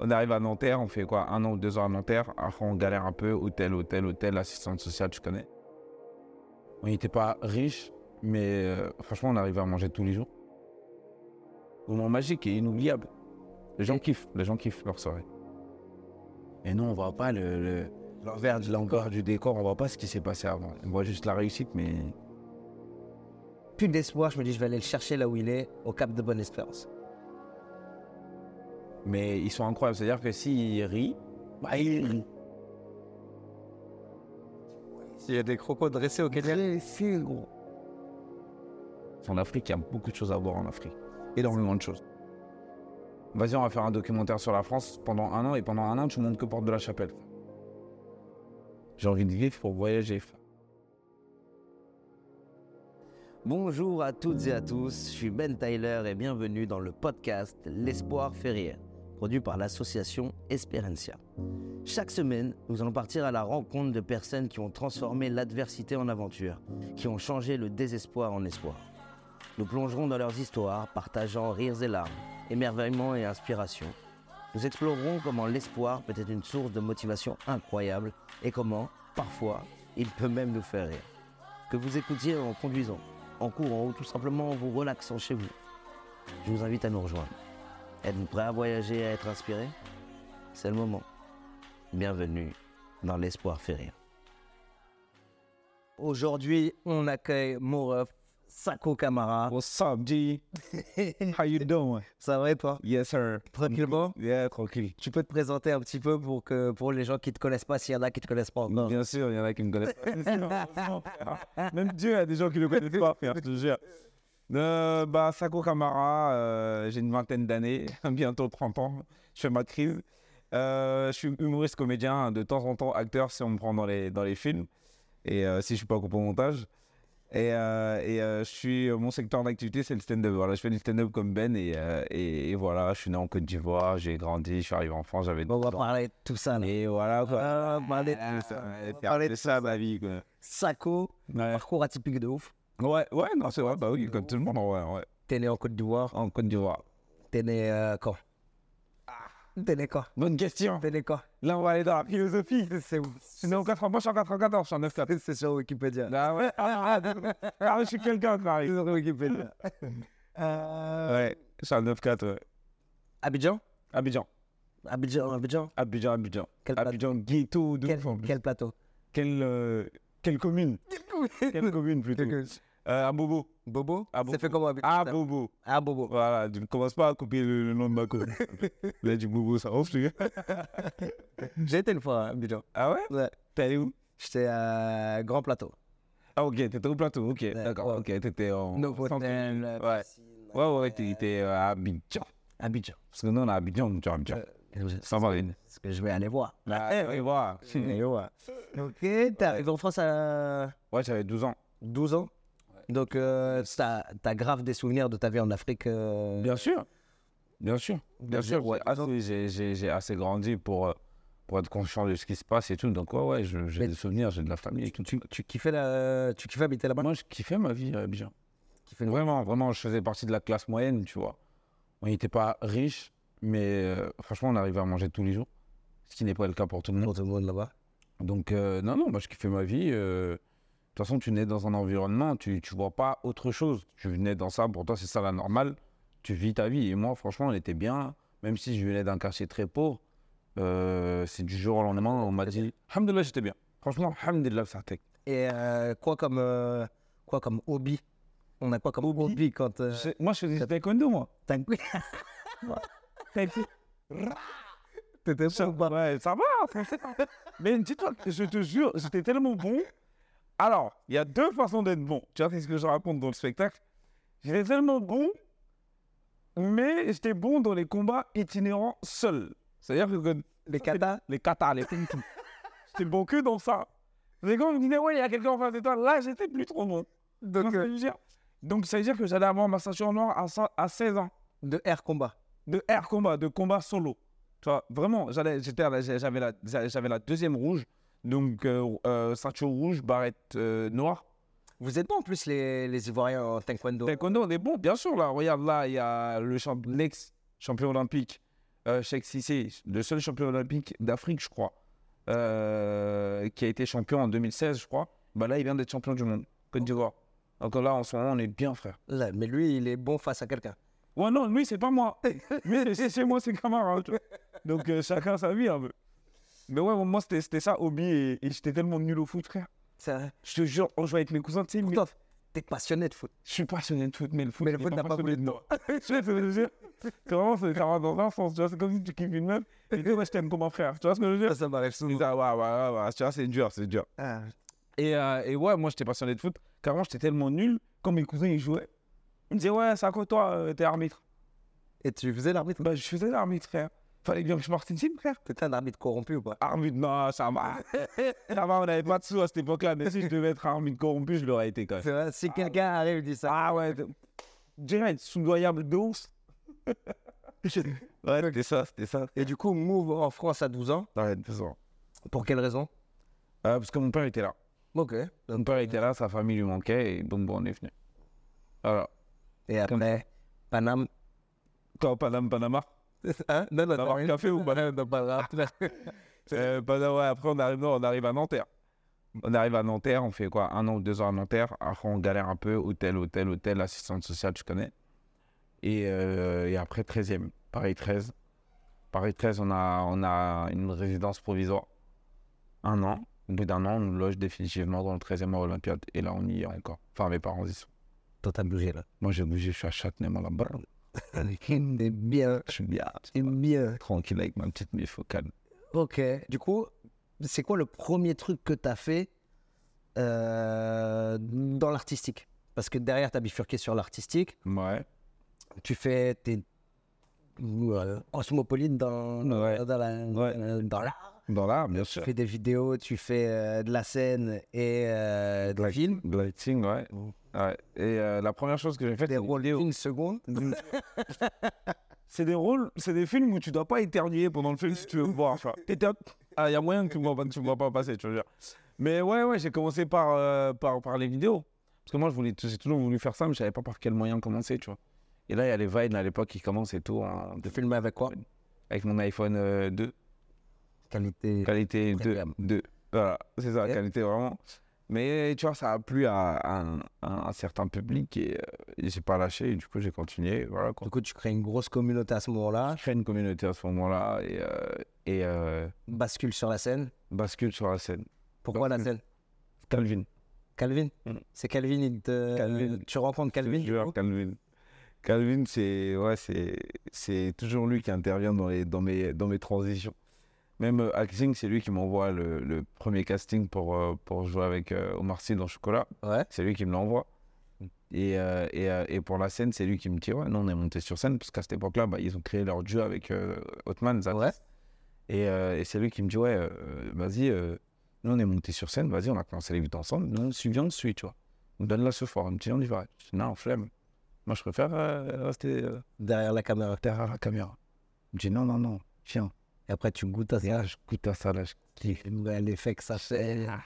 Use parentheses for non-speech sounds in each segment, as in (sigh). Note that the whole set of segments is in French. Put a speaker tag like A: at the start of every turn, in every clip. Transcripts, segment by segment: A: On arrive à Nanterre, on fait quoi Un an ou deux ans à Nanterre. Après, on galère un peu. Hôtel, hôtel, hôtel, assistante sociale, tu connais. On n'était pas riche, mais euh, franchement, on arrivait à manger tous les jours. Moment magique et inoubliable. Les gens kiffent, les gens kiffent leur soirée.
B: Et nous, on voit pas le- le- l'envers de l'encore du décor, on voit pas ce qui s'est passé avant.
A: On voit juste la réussite, mais
C: Plus d'espoir, je me dis, je vais aller le chercher là où il est, au Cap de Bonne Espérance.
A: mais ils sont incroyables. C'est-à-dire que s'ils rient,
B: Bah, il rit.
D: Il y a des crocos dressés au Kenya.
C: gros.
A: en Afrique, il y a beaucoup de choses à voir en Afrique. Énormément de choses. Vas-y, on va faire un documentaire sur la France pendant un an, et pendant un an, tu montes que Porte de la Chapelle. J'ai envie de vivre pour voyager.
C: Bonjour à toutes et à tous, je suis Ben Tyler et bienvenue dans le podcast L'Espoir fait rire, produit par l'association Esperencia. Chaque semaine, nous allons partir à la rencontre de personnes qui ont transformé l'adversité en aventure, qui ont changé le désespoir en espoir. Nous plongerons dans leurs histoires, partageant rires et larmes, émerveillement et inspiration. Nous explorerons comment l'espoir peut être une source de motivation incroyable et comment, parfois, il peut même nous faire rire. Que vous écoutiez en conduisant, en courant ou tout simplement en vous relaxant chez vous. Je vous invite à nous rejoindre. Êtes-vous prêt à voyager et à être inspiré C'est le moment. Bienvenue dans l'espoir fait rire. Aujourd'hui, on accueille mon ref, Sako Kamara.
A: What's up, G? (laughs) How you doing?
C: Ça va et toi
A: Yes, sir.
C: Tranquillement
A: Yeah, tranquille.
C: Tu peux te présenter un petit peu pour, que, pour les gens qui ne te connaissent pas, s'il y en a qui ne te connaissent pas
A: (laughs)
C: encore.
A: Bien sûr, il y en a qui me connaissent pas. hein. Même Dieu a des gens qui ne le connaissent pas, frère, je te jure. Euh, bah, Sako Kamara, euh, j'ai une vingtaine d'années, (laughs) bientôt 30 ans. Je fais ma crise. Euh, je suis humoriste, comédien, de temps en temps acteur si on me prend dans les, dans les films. Et euh, si je suis pas coupé au montage. Et, euh, et, euh, je suis, mon secteur d'activité, c'est le stand-up. Voilà, je fais du stand-up comme Ben. Et, euh, et, et voilà, je suis né en Côte d'Ivoire, j'ai grandi, je suis arrivé en France, j'avais
C: Bon, on va
A: 12 ans.
C: parler de tout ça. Là.
A: Et voilà quoi.
C: Euh, on va parler de
A: Ah,
C: tout ça.
A: ouais,
C: On va
A: faire
C: parler de
A: de ça, ma vie, quoi.
C: Sako,
A: Ouais,
C: parcours atypique de ouf.
A: ouais, non, c'est vrai, bah oui, comme tout le monde, ouais, ouais.
C: T'es né en Côte d'Ivoire.
A: En Côte d'Ivoire.
C: T'es né euh, quand
A: Ah.
C: T'es né quand
A: Bonne question.
C: T'es né quand
A: Là, on va aller dans la philosophie. C'est où Je suis né en 80, moi, je suis en 94, je suis en 94.
C: C'est
A: (laughs)
C: sur Wikipédia.
A: Ah ouais, ah, ah, ah, ah, je suis quelqu'un de Paris.
C: Wikipédia.
A: Ouais, je suis en 94, ouais.
C: Abidjan
A: Abidjan,
C: Abidjan, Abidjan.
A: Abidjan, Abidjan.
C: Quel plateau
A: Abidjan, ghetto, de
C: quel,
A: ouf, en plus.
C: quel plateau
A: Quelle, euh, quelle commune Quelle commune, plutôt
C: Quelle-
A: Euh, à Bobo.
C: Bobo
A: Ah,
C: Ça
A: Bobo.
C: fait comment Abidjan
A: Ah,
C: ça
A: Bobo.
C: Ah, Bobo.
A: Voilà, tu ne commences pas à copier le, le nom de ma (laughs) commune. Là, du Bobo, ça offre, les gars.
C: J'ai été une fois à Abidjan.
A: Ah ouais
C: Ouais.
A: T'es allé où
C: J'étais à Grand Plateau.
A: Ah ok, t'étais au plateau, ok, d'accord,
C: ouais.
A: ok, t'étais en...
C: Nouveau
A: en centre-
C: hôtel,
A: ouais. Ouais, ouais, t'étais euh, à Abidjan.
C: Abidjan.
A: Parce que nous, on est à Abidjan, on est à Abidjan. Sans marine.
C: Ce que je vais aller voir.
A: Euh,
C: (laughs)
A: Ah, eh, oui, voilà.
C: Ok, t'es arrivé en France à
A: Ouais, j'avais 12 ans.
C: 12 ans. Donc, euh, t'as t'as grave des souvenirs de ta vie en Afrique. euh,
A: Bien sûr. Bien sûr. Bien
C: Donc,
A: sûr,
C: ouais,
A: ouais. assez- j'ai- j'ai j'ai assez grandi pour, euh, pour être conscient de ce qui se passe et tout. Donc ouais, ouais, je- j'ai
C: Mais-
A: des souvenirs, j'ai de la famille et tout.
C: Tu, tu kiffais la... tu kiffais habiter là-bas
A: Moi, je kiffais ma vie à Abidjan.
C: kiffais-
A: Vraiment, vraiment, je faisais partie de la classe moyenne, tu vois. On n'était pas riche, mais euh, franchement, on arrivait à manger tous les jours. Ce qui n'est pas le cas pour tout le monde.
C: Dans le monde là-bas.
A: Donc, euh, non, non, moi, je kiffais ma vie. euh, De toute façon, tu nais dans un environnement, tu ne vois pas autre chose. Tu nais dans ça, pour toi, c'est ça la normale. Tu vis ta vie. Et moi, franchement, on était bien. Même si je venais d'un quartier très pauvre, euh, c'est du jour au lendemain, on m'a dit Alhamdulillah, j'étais bien. Franchement, Alhamdulillah, ça t'est.
C: Et euh, quoi comme euh, quoi comme hobby On a quoi comme hobby,
A: Hobby
C: quand euh,
A: Je- Moi, je faisais du taekwondo, moi.
C: t'as- (laughs) T'étais
A: Ça, ouais, ça va. Mais dis-toi, que je te jure, j'étais tellement bon. Alors, il y a deux façons d'être bon. Tu vois, c'est ce que je raconte dans le spectacle. J'étais tellement bon, mais j'étais bon dans les combats itinérants seuls. C'est-à-dire que que
C: les katas
A: les katas, les ping J'étais bon que dans ça. Mais quand on me disait, ouais, il y a quelqu'un en face de toi, là, j'étais plus trop bon. Tu vois
C: Donc,
A: ce que je veux dire Donc, ça veut dire que j'allais avoir ma ceinture noire à cin- à 16 ans
C: de air combat.
A: de air combat, de combat solo. Tu vois, vraiment, j'allais- j'étais à la- j'avais la, j'a- j'avais la deuxième rouge, donc euh, euh, ceinture rouge, barrette euh, noire.
C: Vous êtes bon en plus les, les Ivoiriens en taekwondo.
A: Taekwondo, on est bon, bien sûr. Là, regarde, là, il y a le champ- l'ex-champion olympique Euh, Sheikh Sissi, le seul champion olympique d'Afrique, je crois, euh, qui a été champion en 2016, je crois. Bah là, il vient d'être champion du monde, Côte d'Ivoire. Donc là, en ce moment, on est bien, frère.
C: Là, mais lui, il est bon face à quelqu'un.
A: Ouais, non, lui, c'est pas (laughs) moi. Mais c'est chez moi, c'est Camara. tu vois. Donc euh, chacun sa vie un peu. Mais ouais, moi, c'était c'était ça, hobby, et, et j'étais tellement nul au foot, frère.
C: Ça-
A: Je te jure, on jouait avec mes cousins, tu sais, mais
C: Pourtant, t'es passionné de foot.
A: je suis passionné de foot, mais le foot,
C: Mais le
A: il est
C: foot n'a pas
A: passionné
C: voulu de
A: moi. Tu vois ce que je veux dire C'est vraiment, c'est- ça va dans un sens, tu vois, c'est comme si tu kiffes une meuf, et tu dis, ouais, je t'aime comme un frère, tu vois ce que je veux dire
E: Ça, ça m'arrive souvent.
A: C'est ça, ouais, ouais, ouais, ouais, tu vois, c'est dur, c'est dur.
C: Ah.
A: Et, euh, et ouais, moi, j'étais passionné de foot. Carrément, j'étais tellement nul. Quand mes cousins, ils jouaient, ils me disaient, ouais, ça quoi, toi, euh, t'es arbitre
E: Et tu faisais l'arbitre
A: Bah, je faisais l'arbitre, frère. Fallait bien que je participe, frère.
C: T'étais un arbitre corrompu ou pas
A: Arbitre, non, ça va. (laughs) ça va, on n'avait pas de sous à cette époque-là, mais si je devais être arbitre corrompu, je l'aurais été quand même.
E: C'est vrai, si quelqu'un arrive et dit ça.
A: Ah ouais, t'es- direct, soudoyable de ouf. (laughs) ouais, c'était ça, c'était ça.
C: Et du coup, move en France à 12 ans.
A: Ouais, c'était ça.
C: Pour quelle raison
A: Euh, parce que mon père était là.
C: Ok.
A: Mon père était là, sa famille lui manquait, et donc bon, on est venu. Voilà.
C: Et après, Paname. (laughs)
A: Toi, Panama, Panama
C: Hein Non, non,
A: D'avoir un café ou Panama
C: non, pas grave.
A: Euh, Panama, ouais, après, on arrive, non, on arrive à Nanterre. On arrive à Nanterre, on fait quoi Un an ou deux ans à Nanterre. Après, on galère un peu. Hôtel, hôtel, hôtel, assistante sociale, tu connais. Et, euh, et après, 13e. Paris 13. Paris 13, on a, on a une résidence provisoire. Un an. Au bout d'un an, on nous loge définitivement dans le 13e à Olympiade. Et là, on y est encore. Enfin, mes parents y sont.
C: Toi, t'as bougé là.
A: Moi, j'ai bougé, je suis à Châtenay, à la barre.
C: Il est bien.
A: Je suis bien,
C: Il est bien.
A: tranquille avec ma petite mifocale.
C: Ok. Du coup, c'est quoi le premier truc que t'as fait euh, dans l'artistique Parce que derrière, t'as bifurqué sur l'artistique.
A: Ouais.
C: Tu fais tes. euh, Cosmopolite dans,
A: Ouais.
C: dans, la-
A: Ouais.
C: dans l'art.
A: Dans l'art, bien sûr.
C: Tu fais des vidéos, tu fais euh, de la scène et euh, de la film.
A: Blighting, ouais. Ouais. Et euh, la première chose que j'ai faite,
C: Des
A: c'est
C: rôles une seconde.
A: C'est des rôles, c'est des films où tu dois pas éternuer pendant le film si tu veux voir. tu vois. T'éternues- Ah, il y a moyen que tu me vois pas, tu me vois pas passer, tu veux dire. Mais ouais, ouais, j'ai commencé par, euh, par, par les vidéos. Parce que moi, je voulais, j'ai toujours voulu faire ça, mais je savais pas par quel moyen commencer, tu vois. Et là, il y a les Vine à l'époque qui commencent et tout, hein, de-
C: Filmé avec quoi
A: avec mon iPhone euh, 2.
C: Qualité.
A: Qualité
C: Très
A: 2.
C: bien.
A: Voilà, c'est ça,
C: Ok.
A: qualité vraiment. Mais tu vois, ça a plu à, à un, à un certain public et, euh, et j'ai pas lâché. Et du coup, j'ai continué. Voilà, quoi.
C: Du coup, tu crées une grosse communauté à ce moment-là,
A: Je crée une communauté à ce moment-là et, euh, et euh,
C: bascule sur la scène.
A: bascule sur la scène.
C: Pourquoi la scène
A: Calvin.
C: Calvin
A: Mhm.
C: C'est Calvin, il te-
A: Calvin.
C: tu rencontres Calvin
A: Je te
C: du
A: jure,
C: coup
A: Calvin. Calvin, c'est ouais, c'est c'est toujours lui qui intervient dans les dans mes dans mes transitions. Même euh, acting, c'est lui qui m'envoie le, le premier casting pour euh, pour jouer avec euh, Omar Sy dans Chocolat.
C: Ouais.
A: C'est lui qui me l'envoie. Et, euh, et, euh, et pour la scène, c'est lui qui me dit ouais, non, on est monté sur scène parce qu'à cette époque-là, bah, ils ont créé leur duo avec euh, Othman. Zaz.
C: Ouais.
A: Et, euh, et c'est lui qui me dit ouais, euh, vas-y, euh, nous on est monté sur scène, vas-y, on a commencé les huit ensemble, nous on suit, viens, on te suit, tu vois. On donne la ce fort, on me dit on y va. Je dis, non, flemme. Moi, je préfère euh, rester euh,
C: Derrière la caméra.
A: derrière la caméra. Il me dit non, non, non, viens.
C: Et après, tu goûtes à ça.
A: Je goûte à ça là, je kiffe.
C: Ouais, L'effet que ça fait.
A: Ah,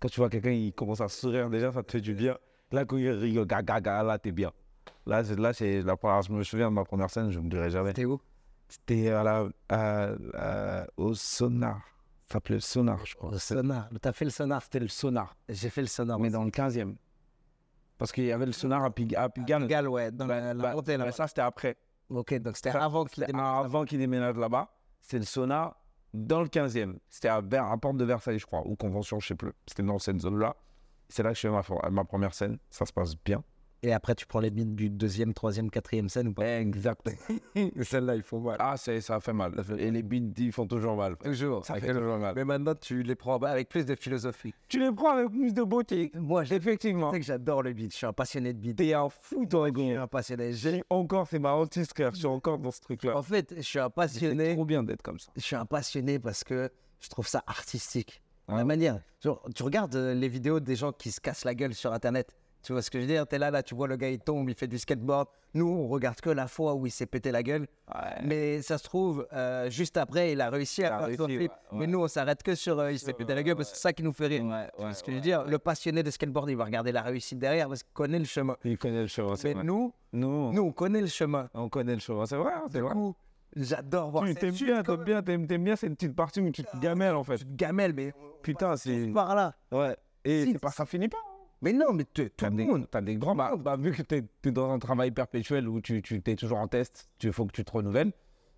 A: Quand tu vois quelqu'un, il commence à sourire déjà, ça te fait du bien. Là, quand il rigole, gaga, gaga, là, t'es bien. Là, c'est, là, c'est la première, je me souviens de ma première scène, je ne dirai jamais.
C: T'es où
A: C'était à la, à- à- au sonar. Ça s'appelait le sonar, je crois.
C: Le sonar. T'as fait le sonar.
A: C'était le sonar,
C: J'ai fait le sonar.
A: mais dans le 15e. Parce qu'il y avait le sonar à, Pig, à Pigalle.
C: Gal, ouais. Dans
A: Bah,
C: la, la
A: bah,
C: montée, là.
A: bah, ça, c'était après.
C: Ok, donc c'était
A: ça,
C: avant qu'il
A: C'était
C: démarre.
A: avant qu'il déménage là-bas. C'est le sonar dans le 15e. C'était à, Ver- à Porte de Versailles, je crois, ou Convention, je sais plus. C'était dans cette zone-là. C'est là que je fais ma, for- ma première scène. Ça se passe bien.
C: Et après, tu prends les bits du deuxième, troisième, quatrième scène ou pas
A: Exact.
C: (laughs)
E: Celle-là, il faut voir.
A: Ah, c'est- ça fait mal. Et les beats, ils font toujours mal.
E: Toujours.
A: Ça
E: avec
A: fait
E: le-
A: toujours mal.
E: Mais maintenant, tu les prends
C: bah,
E: avec plus de philosophie.
A: Tu les prends avec plus de beauté.
C: Moi, je
A: Effectivement.
C: sais que j'adore le beat. Je suis un passionné de beat.
A: T'es un fou, toi,
C: Je suis
A: gros.
C: un passionné. J'ai-
A: J'ai encore, c'est ma hantise, frère. Je suis encore dans ce truc-là.
C: En fait, je suis un
A: Oh, C'est
C: passionné.
A: trop bien d'être comme ça.
C: Je suis un passionné parce que je trouve ça artistique.
A: Ouais.
C: La manière. genre, tu regardes euh, les vidéos des gens qui se cassent la gueule sur Internet. Tu vois ce que je veux dire T'es là, là, tu vois le gars, il tombe, il fait du skateboard. Nous, on regarde que la fois où il s'est pété la gueule. Mais ça se trouve, euh, juste après, il a réussi
A: Il a
C: à faire son
A: réussi,
C: flip.
A: ouais,
C: Mais
A: ouais.
C: nous, on s'arrête que sur euh, il s'est pété la gueule parce que c'est ça qui nous fait rire. Tu vois ce que je veux dire Le passionné de skateboard, il va regarder la réussite derrière parce qu'il connaît le chemin.
A: Il connaît le chemin,
C: Mais
A: c'est vrai.
C: nous,
A: Nous,
C: nous, on connaît le chemin.
A: on connaît le chemin, c'est vrai, c'est
C: Du
A: vrai.
C: coup,
F: J'adore voir
A: Tu
F: cette
A: t'aimes
F: chute
A: bien,
F: comme
A: t'aimes bien, t'aimes t'aimes bien cette petite partie où tu te gamelles en fait.
F: une gamelle, mais
A: Putain, c'est.
F: par là.
A: Ouais. Et
F: Si,
A: c'est pas, ça finit pas.
F: Mais non, mais te- tout
A: T'as
F: le
A: des,
F: monde.
A: t'as des grands. Bah, bah, vu que t'es, t'es dans un travail perpétuel où tu, tu t'es toujours en test, il faut que tu te renouvelles.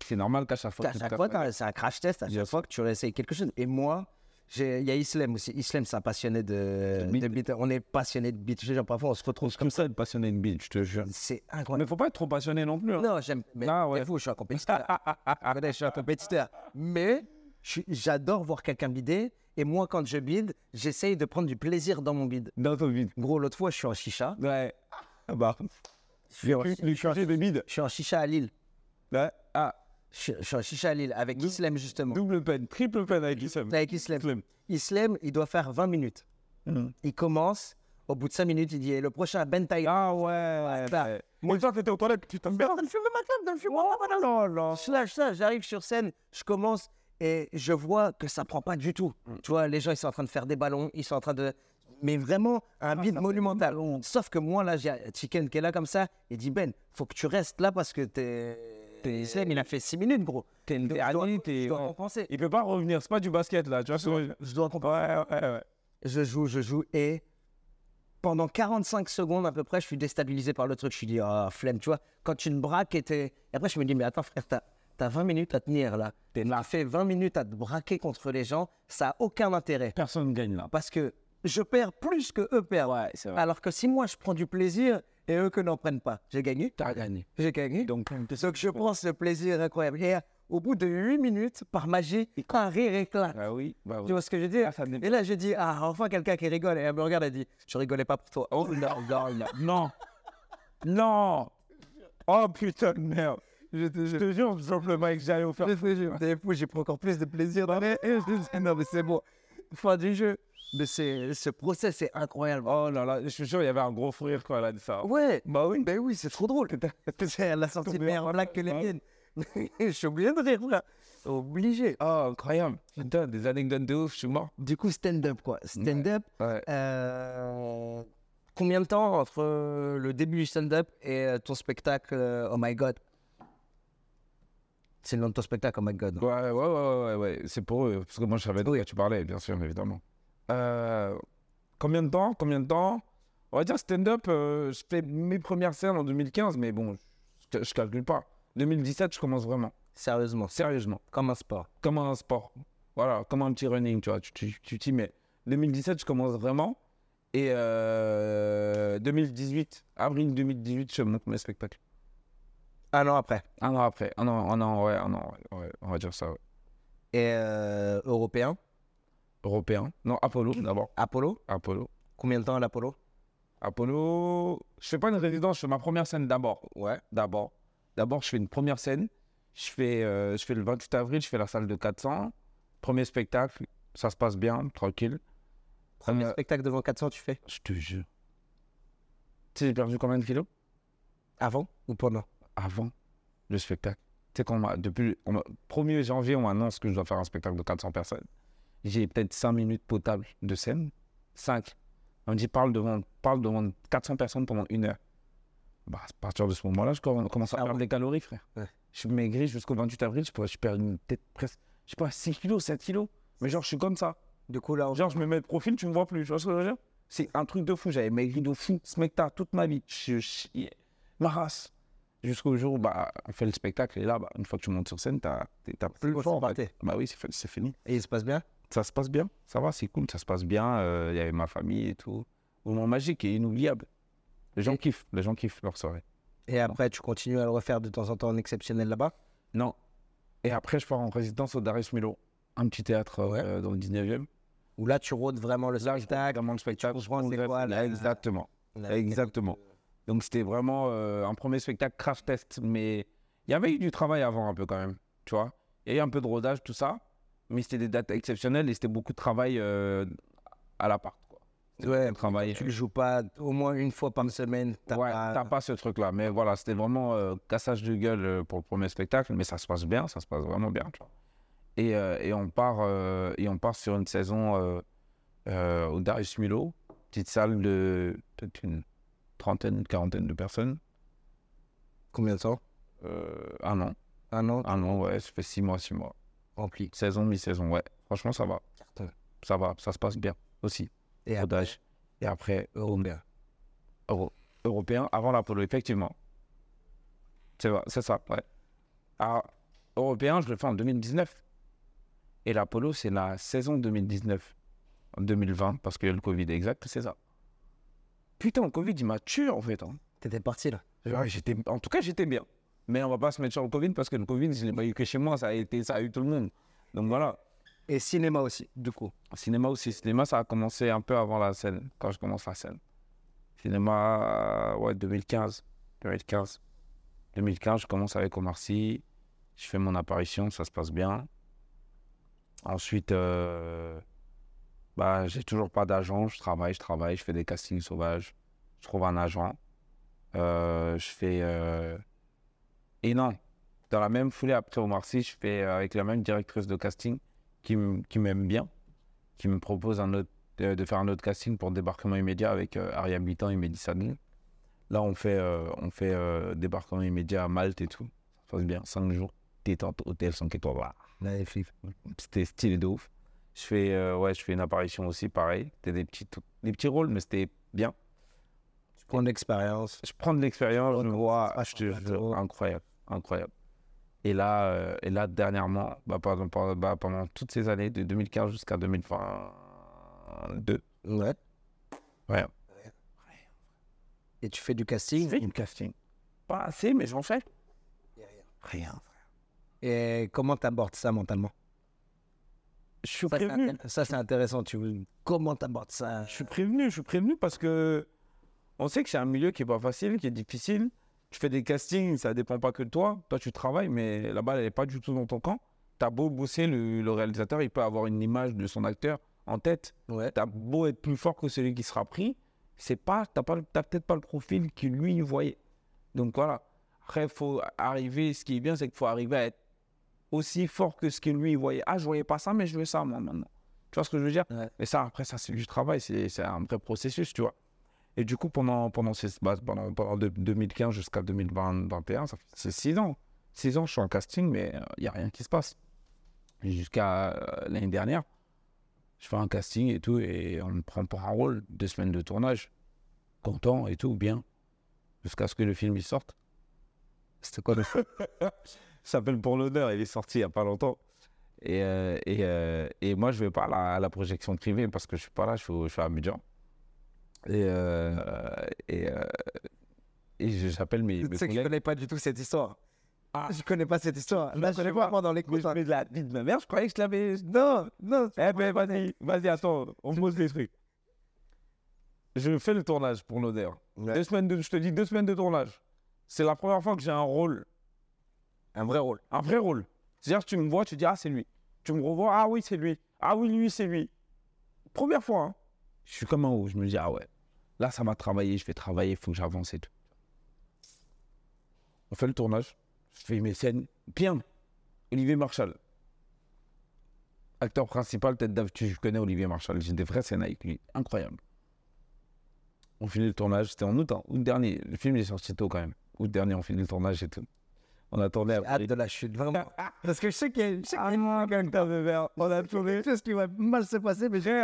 A: C'est normal qu'à chaque fois.
C: À
A: tu te
C: chaque
A: casses
C: fois,
A: la gueule.
C: t'as- c'est un crash test. À
A: Bien
C: chaque fois que tu réessayes quelque chose. Et moi, j'ai- il y a Islem aussi. Islem, c'est un passionné de,
A: De beat.
C: de beat. On est passionné de beat. Je sais, genre, parfois, on se retrouve
A: C'est comme ça, être passionné de bitch, je te jure.
C: C'est
A: Mais
C: incroyable.
A: faut pas être trop passionné non plus. hein.
C: Non, j'aime. Mais
A: Ah ouais.
C: c'est fou, je suis un compétiteur. (laughs)
A: (laughs)
C: Je connais, je suis un compétiteur. Mais je suis- j'adore voir quelqu'un bider. Et moi, quand je bide, j'essaye de prendre du plaisir dans mon bide.
A: Dans ton vide.
C: Gros, l'autre fois, je suis en chicha.
A: Ouais. Ah Bah,
C: Je suis en,
A: lui changer de bide.
C: je suis en chicha à Lille.
A: Ouais. Ah,
C: Je, suis- je suis en chicha à Lille avec Islem, justement.
A: double peine, triple peine avec Issam.
C: Avec Islem.
A: Islem.
C: Islem, il doit faire 20 minutes.
A: Hmm.
C: Il commence, au bout de 5 minutes, il dit Eh, le prochain Bentay.
A: Ah ouais, ouais.
C: ça.
A: ouais. Moi, toi, t'étais aux toilettes, putain de merde. Oh, Non, non.
C: Je lâche ça, j'arrive sur scène, je commence et je vois que ça prend pas du tout.
A: Hmm.
C: Tu vois, les gens, ils sont en train de faire des ballons, ils sont en train de. Mais vraiment,
A: Ah,
C: un beat monumental. Sauf que moi, là, j'ai Chicken qui est là comme ça, il dit Ben, faut que tu restes là parce que t'es. Islem, il a fait 6 minutes, gros.
A: T'es une
C: Donc, je dois-
A: dernière, t'es-
C: Je dois
A: ouais.
C: compenser.
A: Il peut pas revenir, c'est pas du basket là, tu vois. c'est- Ouais,
C: Je dois compenser.
A: ouais, ouais.
C: Je joue, je joue et pendant 45 secondes à peu près, je suis déstabilisé par le truc. Je suis dit, ah, flemme, tu vois. Quand tu une braques et, t'es- et après, je me dis, mais attends, frère, t'as as 20 minutes à tenir là. T'es là. Tu fais 20 minutes à te braquer contre les gens, ça n'a aucun intérêt.
A: Personne gagne là.
C: Parce que je perds plus que eux perdent.
A: Ouais, c'est vrai.
C: Alors que si moi, je prends du plaisir et eux que n'en prennent pas, j'ai gagné.
A: T'as gagné. Ah
C: J'ai gagné.
A: Donc,
C: Donc, je pense le plaisir incroyable. Et au bout de 8 minutes, par magie, un rire éclate.
A: Ah oui, bah
C: Tu
A: oui.
C: vois ce que je veux dire
A: Ah, ça me-
C: Et là, j'ai dit, ah, enfin quelqu'un qui rigole. Et elle me regarde, elle dit, je rigolais pas pour toi.
A: Oh non, non,
F: (laughs)
A: non. Non. Non. Oh putain de merde. Je te, je te jure, je le mic, j'allais vous faire.
F: Je te jure, T'es fou, j'ai pris encore plus de plaisir dans les. Eh, je- Non, mais c'est bon.
C: Fin du jeu. Mais c'est- ce procès, c'est incroyable.
A: Oh là là, je suis sûr, il y avait un gros fou rire quand elle a dit ça.
C: Ouais,
A: Bah oui.
F: Ben oui, c'est trop drôle.
C: (laughs) c'est- elle a sorti
A: Tombé
C: une meilleure
A: en-
C: blague que les
A: Ouais.
C: (laughs) miennes. Je suis obligé de rire, frère. Obligé.
A: Oh, incroyable. Putain, des anecdotes de ouf, je suis mort.
C: Du coup, stand-up, quoi. Stand-up.
A: Ouais.
C: euh, Combien de temps entre euh, le début du stand-up et euh, ton spectacle euh, Oh My God C'est le nom de ton spectacle, Oh My God.
A: Ouais, ouais, ouais, ouais, ouais, ouais. c'est pour eux. Parce que moi, je savais de quoi tu parlais, bien sûr, évidemment. Euh, combien de temps Combien de temps On va dire stand-up, euh, je fais mes premières scènes en 2015, mais bon, je, je calcule pas. 2017, je commence vraiment,
C: Sérieusement, c'est
A: sérieusement,
C: comme un sport.
A: comme un sport. Voilà, comme un petit running, tu vois, tu tu- tu t'y mets. 2017, je commence vraiment. Et euh, 2018, avril 2018, je monte mes spectacles.
C: Un an après.
A: Un an après, un an, un an, ouais, un an, ouais, ouais, on va dire ça, ouais.
C: Et euh, européen
A: Européen. Non, Apollo d'abord.
C: Apollo
A: Apollo.
C: Combien de temps à l'Apollo
A: Apollo, je fais pas une résidence, je fais ma première scène d'abord. Ouais, d'abord. D'abord, je fais une première scène. Je fais, euh, je fais le 28 avril, je fais la salle de 400. Premier spectacle, ça se passe bien, tranquille.
C: Premier
A: Euh,
C: spectacle devant 400, tu fais
A: je te jure. Tu sais, j'ai perdu combien de kilos
C: Avant ou pendant
A: avant le spectacle. Tu sais, qu'on m'a- depuis on m'a- 1er janvier, on m'annonce que je dois faire un spectacle de 400 personnes. J'ai peut-être 5 minutes potables de scène. 5. On me dit, parle devant, parle devant 400 personnes pendant une heure. Bah, à partir de ce moment-là, je com- commence à
C: Ah
A: perdre
C: ouais.
A: des calories, frère.
C: Ouais.
A: Je maigris jusqu'au 28 avril, je, pourrais- je perds une- peut-être presque, je sais pas, 6 kilos, 7 kilos. Mais genre, je suis comme ça.
C: Du coup, là, on...
A: Genre, je me mets de profil, tu me vois plus. Tu vois ce que je veux dire C'est un truc de fou. J'avais maigri de fou, smecta, toute ma vie. Je chiais. Ma race. Jusqu'au jour où bah, on fait le spectacle. Et là, bah, une fois que tu montes sur scène, t'as t'es- t'as plus le
C: quoi,
A: choix.
C: c'est
A: en fait.
C: parti.
A: Bah oui, c'est fait- c'est fini.
C: et il se passe bien
A: Ça se passe bien. Ça va, c'est cool. Ça se passe bien. Euh, Il y avait ma famille et tout. Moment magique et inoubliable. Les gens
C: Et-
A: kiffent. Les gens kiffent leur soirée.
C: Et après, tu continues à le refaire de temps en temps en exceptionnel là-bas
A: Non. Et après, je pars en résidence au Darius Milo. Un petit théâtre euh, euh, dans le 19e.
C: Où là, tu rôdes vraiment le spectacle
A: Vraiment le spectacle.
C: comprends c'est quoi,
A: Là,
C: la-
A: Exactement.
C: la- euh,
A: Exactement. Donc c'était vraiment euh, un premier spectacle crash test, mais il y avait eu du travail avant un peu quand même, tu vois. Il y a eu un peu de rodage, tout ça, mais c'était des dates exceptionnelles et c'était beaucoup de travail euh, à l'appart. quoi. C'était
C: Ouais,
A: beaucoup de travail.
C: Tu le joues pas au moins une fois par semaine.
A: Ouais,
C: t'as pas-
A: t'as pas ce truc-là, mais voilà, c'était vraiment euh, cassage de gueule euh, pour le premier spectacle, mais ça se passe bien, ça se passe vraiment bien, tu vois. Et, euh, et on part euh, et on part sur une saison euh, euh, au Darius Milo, petite salle de peut-être une trentaine, quarantaine de personnes.
C: Combien de temps
A: euh, un an.
G: Un an
A: Un an, ouais, ça fait six mois, six mois.
G: rempli.
A: Saison, mi-saison, ouais. Franchement, ça va.
G: Carton.
A: Ça va, ça se passe bien aussi.
G: Et après,
A: Rodage
B: Et après, Européen.
A: européen avant l'Apollo, effectivement. C'est vrai, c'est ça, ouais. Alors, européen, je le fais en 2019. Et l'Apollo, c'est la saison 2019. En 2020, parce que le Covid exact, c'est ça. Putain, le Covid, il m'a tué en fait. hein.
G: t'étais parti là.
A: Genre, Euh, j'étais, en tout cas, j'étais bien. Mais on va pas se mettre sur le Covid parce que le Covid, je l'ai pas eu que chez moi, ça a, été, ça a eu tout le monde. Donc voilà.
G: Et cinéma aussi, du coup.
A: Cinéma aussi. Cinéma, ça a commencé un peu avant la scène, quand je commence la scène. Cinéma, euh, ouais, 2015. 2015. 2015, je commence avec Omar Sy. Je fais mon apparition, ça se passe bien. Ensuite, euh, bah, j'ai toujours pas d'agent. Je travaille, je travaille, je fais des castings sauvages. Je trouve un agent. Euh, je fais. euh, Et non, dans la même foulée, après Omar Sy, je fais euh, avec la même directrice de casting qui m- qui m'aime bien qui me propose un autre, euh, de, de faire un autre casting pour débarquement immédiat avec euh, Ariane Bitan et Mehdi Sadil. Là, on fait, euh, on fait euh, débarquement immédiat à Malte et tout. Ça se passe bien, 5 jours. Détente, hôtel 5 étoiles. voilà.
G: Là, les flics.
A: C'était stylé de ouf. Je fais, euh, ouais, je fais une apparition aussi, pareil. C'était des petits, tout- des petits rôles, mais c'était bien.
B: Tu prends de l'expérience.
A: Je prends de l'expérience, je me vois,
B: passe
A: je te
B: sur le
A: jure,
B: plateau.
A: incroyable, incroyable. Et là, euh, et là dernièrement, bah, pendant, pendant- bah, pendant toutes ces années, de 2015 jusqu'à 2022,
B: Ouais.
G: Et tu fais du casting.
A: fais du casting. Pas assez, mais j'en fais.
B: Rien, frère.
G: Et comment t'abordes ça mentalement
A: Je suis
G: Ça, c'est
A: prévenu.
G: intér- Ça, c'est intéressant. Tu... Comment t'abordes ça
A: Je suis prévenu, je suis prévenu parce que on sait que c'est un milieu qui est pas facile, qui est difficile. Tu fais des castings, ça dépend pas que de toi. Toi, tu travailles, mais la balle, elle est pas du tout dans ton camp. T'as beau bosser, le, le réalisateur, il peut avoir une image de son acteur en tête.
G: Ouais.
A: T'as beau être plus fort que celui qui sera pris, c'est pas, t'as pas, le- t'as peut-être pas le profil que lui il voyait. Donc voilà. Après, faut arriver. Ce qui est bien, c'est qu'il faut arriver à être aussi fort que ce que lui il voyait. Ah, je voyais pas ça, mais je veux ça moi maintenant. Tu vois ce que je veux dire
G: Ouais.
A: Mais ça, après, ça c'est du travail, c'est c'est un vrai processus, tu vois. Et du coup, pendant pendant ces, bah, pendant, pendant de- 2015 jusqu'à 2021, ça fait- c'est six ans. Six ans, je suis en casting, mais il y a rien qui se passe. Jusqu'à euh, l'année dernière, je fais un casting et tout, et on me prend pour un rôle, deux semaines de tournage, content et tout, bien, jusqu'à ce que le film il sorte.
G: C'était quoi le
A: Ça s'appelle Pour l'honneur, il est sorti il n'y a pas longtemps. Et, euh, et, euh, et moi, je vais pas à la, à la projection privée parce que je suis pas là, je suis, au- je suis à Abidjan. Et, euh, et, euh, et je- j'appelle mes, mes
C: (laughs) Tu sais que je
A: collègues.
C: connais pas du tout cette histoire.
A: Ah.
C: Je connais pas cette histoire.
A: Je
C: Là,
A: la
C: je suis
A: connais pas.
C: vraiment dans les
A: Mais
C: coups.
A: je mets de la vie de ma mère, je croyais que je l'avais.
C: Non, non.
A: Eh ben, vas-y, vas-y, attends, on pose des trucs. Je fais le tournage pour l'honneur.
B: Ouais.
A: Deux semaines de, je te dis deux semaines de tournage. C'est la première fois que j'ai un rôle,
B: Un vrai rôle.
A: un vrai rôle. C'est-à-dire que tu me vois, tu dis ah c'est lui. Tu me revois, ah oui c'est lui. Ah oui lui c'est lui. Première fois. hein. Je suis comme un haut, je me dis ah ouais. Là ça m'a travaillé, je vais travailler, il faut que j'avance et tout. On fait le tournage, je fais mes scènes. Bien, Olivier Marshall. Acteur principal, tête d'affiche, je connais Olivier Marshall, j'ai des vraies scènes avec lui, incroyable. On finit le tournage, c'était en août, hein, août dernier, le film est sorti tôt quand même. Août dernier, on finit le tournage et tout. On attendait à
G: hâte de la chute, vraiment.
C: Parce que je sais qu'il y a, je sais qu'il y a quelqu'un que de verre. On a Ah. tourné. Ah, Je sais qui va mal se passer, mais j'ai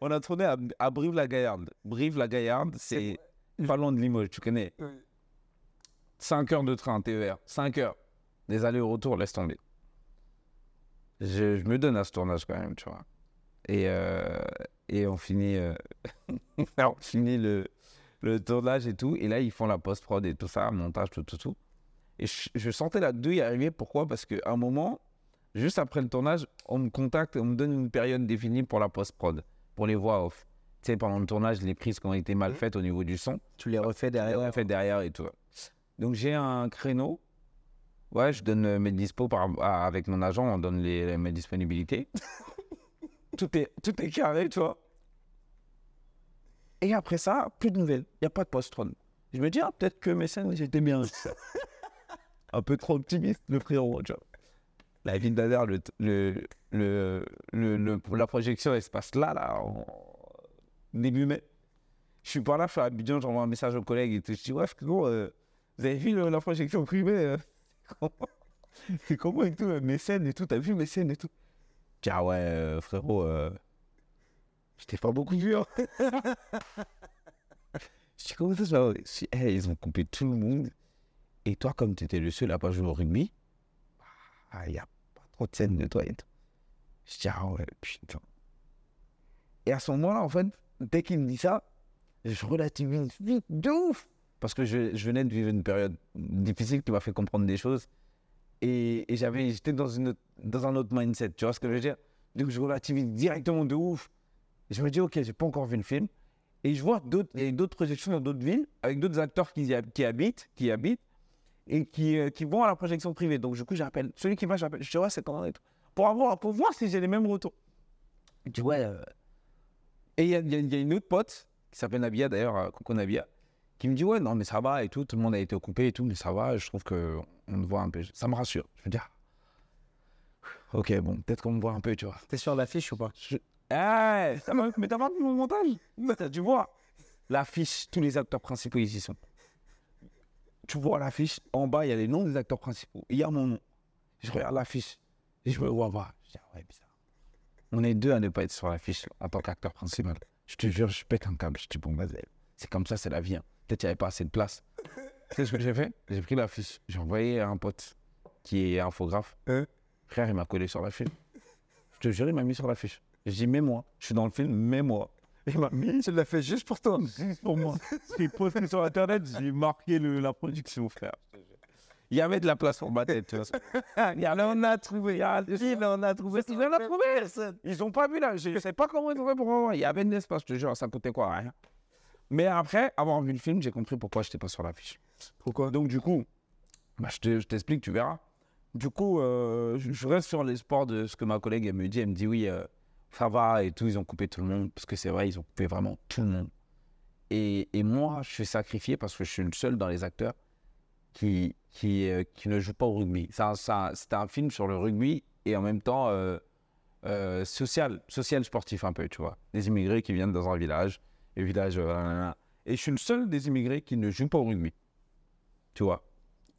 A: On a tourné à, à Brive-la-Gaillarde. Brive-la-Gaillarde, c'est pas loin de Limoges, tu connais.
C: Oui.
A: 5 heures de train, TER. 5 heures. Des allers-retours, laisse tomber. Je, je me donne à ce tournage quand même, tu vois. Et, euh, et on finit, euh, (laughs) on finit le, le tournage et tout. Et là, ils font la post-prod et tout ça, montage, tout, tout, tout. Et je, je sentais la douille arriver. Pourquoi Parce qu'à un moment, juste après le tournage, on me contacte, on me donne une période définie pour la post-prod, pour les voix off. Tu sais, pendant le tournage, les prises qui ont été mal faites au niveau du son,
G: Tu les refais
A: et
G: derrière.
A: on fait derrière et tout. Donc j'ai un créneau. Ouais, je donne euh, mes dispos par, à- avec mon agent, on donne les, les- mes disponibilités. (laughs) tout, est, tout est carré, tu vois. Et après ça, plus de nouvelles. Il n'y a pas de post-tron. Je me dis, ah, peut-être que mes scènes, j'étais bien. un peu trop optimiste, le frérot, tu vois. La ville d'Ader, le, le, le, le- le- la projection, elle se passe là, là, en début mai. Je suis pas là, je (laughs) suis à Abidjan, j'envoie un message aux collègues et tout. Je dis, ouais, frérot, euh, vous avez vu le- la projection privée euh, C'est comment et tout, euh, mécène et tout, t'as vu mécène et tout. Tiens, ah ouais, euh, frérot, euh, je t'ai pas beaucoup vu. Hein. (laughs) je dis, comment ça, ça va Je dis, Eh, ils ont coupé tout le monde. Et toi, comme t'étais le seul à pas jouer au rugby, bah, il n'y a pas trop de scènes de toi et tout. Je dis, ah ouais, putain. Et à ce moment-là, en fait, dès qu'il me dit ça, je relativise vite de ouf. Parce que je, je venais de vivre une période difficile qui m'a fait comprendre des choses. Et, et j'avais, j'étais dans, une, autre- dans un autre mindset, tu vois ce que je veux dire Donc je relativise directement de ouf. Je me dis, ok, j'ai pas encore vu le film. Et je vois d'autres, il y a eu d'autres projections dans d'autres villes, avec d'autres acteurs qui, y hab- qui habitent, qui habitent, et qui, euh, qui vont à la projection privée. Donc du coup, j'appelle. Celui qui va, j'appelle. Je dis, ouais, c'est comment et tout. Pour, avoir, pour voir si j'ai les mêmes retours. Je dis, ouais. euh. Et il y a, il y a- il y a une autre pote, qui s'appelle Nabia d'ailleurs, euh, coucou Nabia, qui me dit, ouais, non, mais ça va et tout, tout le monde a été coupé et tout, mais ça va, je trouve que on me voit un peu. Ça me rassure. Je me dis, ah, ok, bon, peut-être qu'on me voit un peu, tu vois.
C: T'es sur l'affiche ou pas
A: Eh, ça m'a- mais t'as pas vu mon montage T'as dû voir. L'affiche, tous les acteurs principaux, ils y sont. Tu vois l'affiche, en bas, il y a les noms des acteurs principaux. Il y a mon nom. Je regarde l'affiche et je me vois pas. Je dis, ah ouais, bizarre. On est deux à ne pas être sur l'affiche en tant qu'acteur principal. Je te jure, je pète un câble. Je dis, bon, vas-y. C'est comme ça, c'est la vie. hein. Peut-être qu'il n'y avait pas assez de place. tu sais ce que j'ai fait J'ai pris l'affiche. J'ai envoyé à un pote qui est infographe.
C: Hein
A: Frère, il m'a collé sur l'affiche. Je te jure, il m'a mis sur l'affiche. Je dis, mets-moi. Je suis dans le film, mets-moi. Il m'a mis
C: Tu l'as fait juste pour toi.
A: juste pour moi. J'ai posté sur Internet, j'ai marqué le- la production, frère. Il y avait de la place pour ma tête, tu vois.
C: Ah,
A: Il y en a-
C: On a trouvé. Ah, Il en a trouvé.
A: Il en a trouvé. Ils ont pas vu là. Je sais pas comment ils ont fait pour moi. Il y avait de l'espace, je te jure, ça coûtait quoi Rien. Mais après avoir vu le film, j'ai compris pourquoi je n'étais pas sur l'affiche. Pourquoi Donc, du coup, bah, je te- je t'explique, tu verras. Du coup, euh, je je reste sur l'espoir de ce que ma collègue elle me dit. Elle me dit oui, euh, ça va et tout, ils ont coupé tout le monde. Parce que c'est vrai, ils ont coupé vraiment tout le monde. Et, et moi, je suis sacrifié parce que je suis le seul dans les acteurs qui, qui, euh, qui ne joue pas au rugby. C'est un, c'est un- c'est un film sur le rugby et en même temps euh, euh, social, social sportif un peu, tu vois. Des immigrés qui viennent dans un village, et village. euh, nanana. Et je suis le seul des immigrés qui ne joue pas au rugby, tu vois.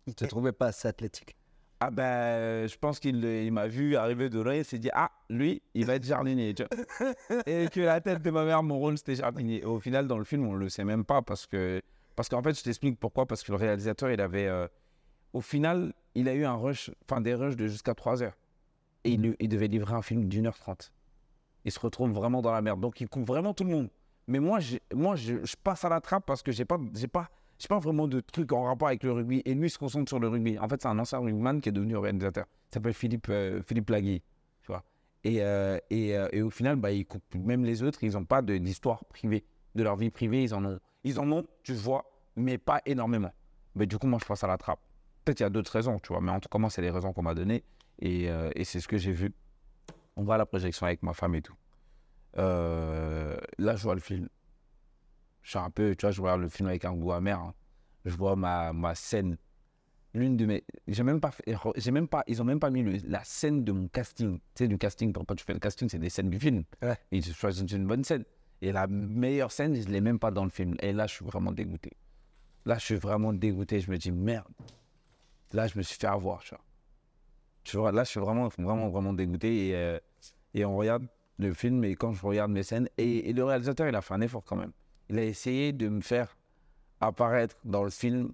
G: Il te trouvait pas assez athlétique.
A: Ah ben, euh, je pense qu'il il m'a vu arriver de loin et s'est dit ah lui il va être jardinier. tu vois. et que la tête de ma mère, mon rôle c'était jardinier. Et au final dans le film on le sait même pas parce que parce qu'en fait je t'explique pourquoi parce que le réalisateur il avait euh, au final il a eu un rush enfin des rushs de jusqu'à 3 heures et il, il devait livrer un film d'une heure trente. Il se retrouve vraiment dans la merde donc il coupe vraiment tout le monde. Mais moi j'ai- moi je, je passe à la trappe parce que j'ai pas j'ai pas j'ai pas vraiment de truc en rapport avec le rugby. Et lui, il se concentre sur le rugby. En fait, c'est un ancien rugbyman qui est devenu organisateur. Il s'appelle Philippe, euh, Philippe Lagui, tu vois. Et, euh, et, euh, et au final, bah, ils coupent- même les autres, ils n'ont pas de- d'histoire privée. De leur vie privée, ils en ont. Ils en ont, tu vois, mais pas énormément. Mais du coup, moi, je passe à la trappe. Peut-être il y a d'autres raisons, tu vois. Mais en tout cas, moi, c'est les raisons qu'on m'a données. Et, euh, et c'est ce que j'ai vu. On va à la projection avec ma femme et tout. Euh, là, je vois le film je suis un peu, tu vois, je regarde le film avec un goût amer. hein. Je vois ma, ma scène, l'une de mes, j'ai même pas, fait- j'ai même pas, ils ont même pas mis le- la scène de mon casting. Tu sais, du casting, quand tu fais le casting, c'est des scènes du film.
C: Ouais.
A: Et je choisis une bonne scène. Et la meilleure scène, je l'ai même pas dans le film. Et là, je suis vraiment dégoûté. Là, je suis vraiment dégoûté. Je me dis merde. Là, je me suis fait avoir, tu vois. Tu vois, là, je suis vraiment, vraiment, vraiment dégoûté. Et, euh, et on regarde le film. Et quand je regarde mes scènes, et- et le réalisateur, il a fait un effort quand même il a essayé de me faire apparaître dans le film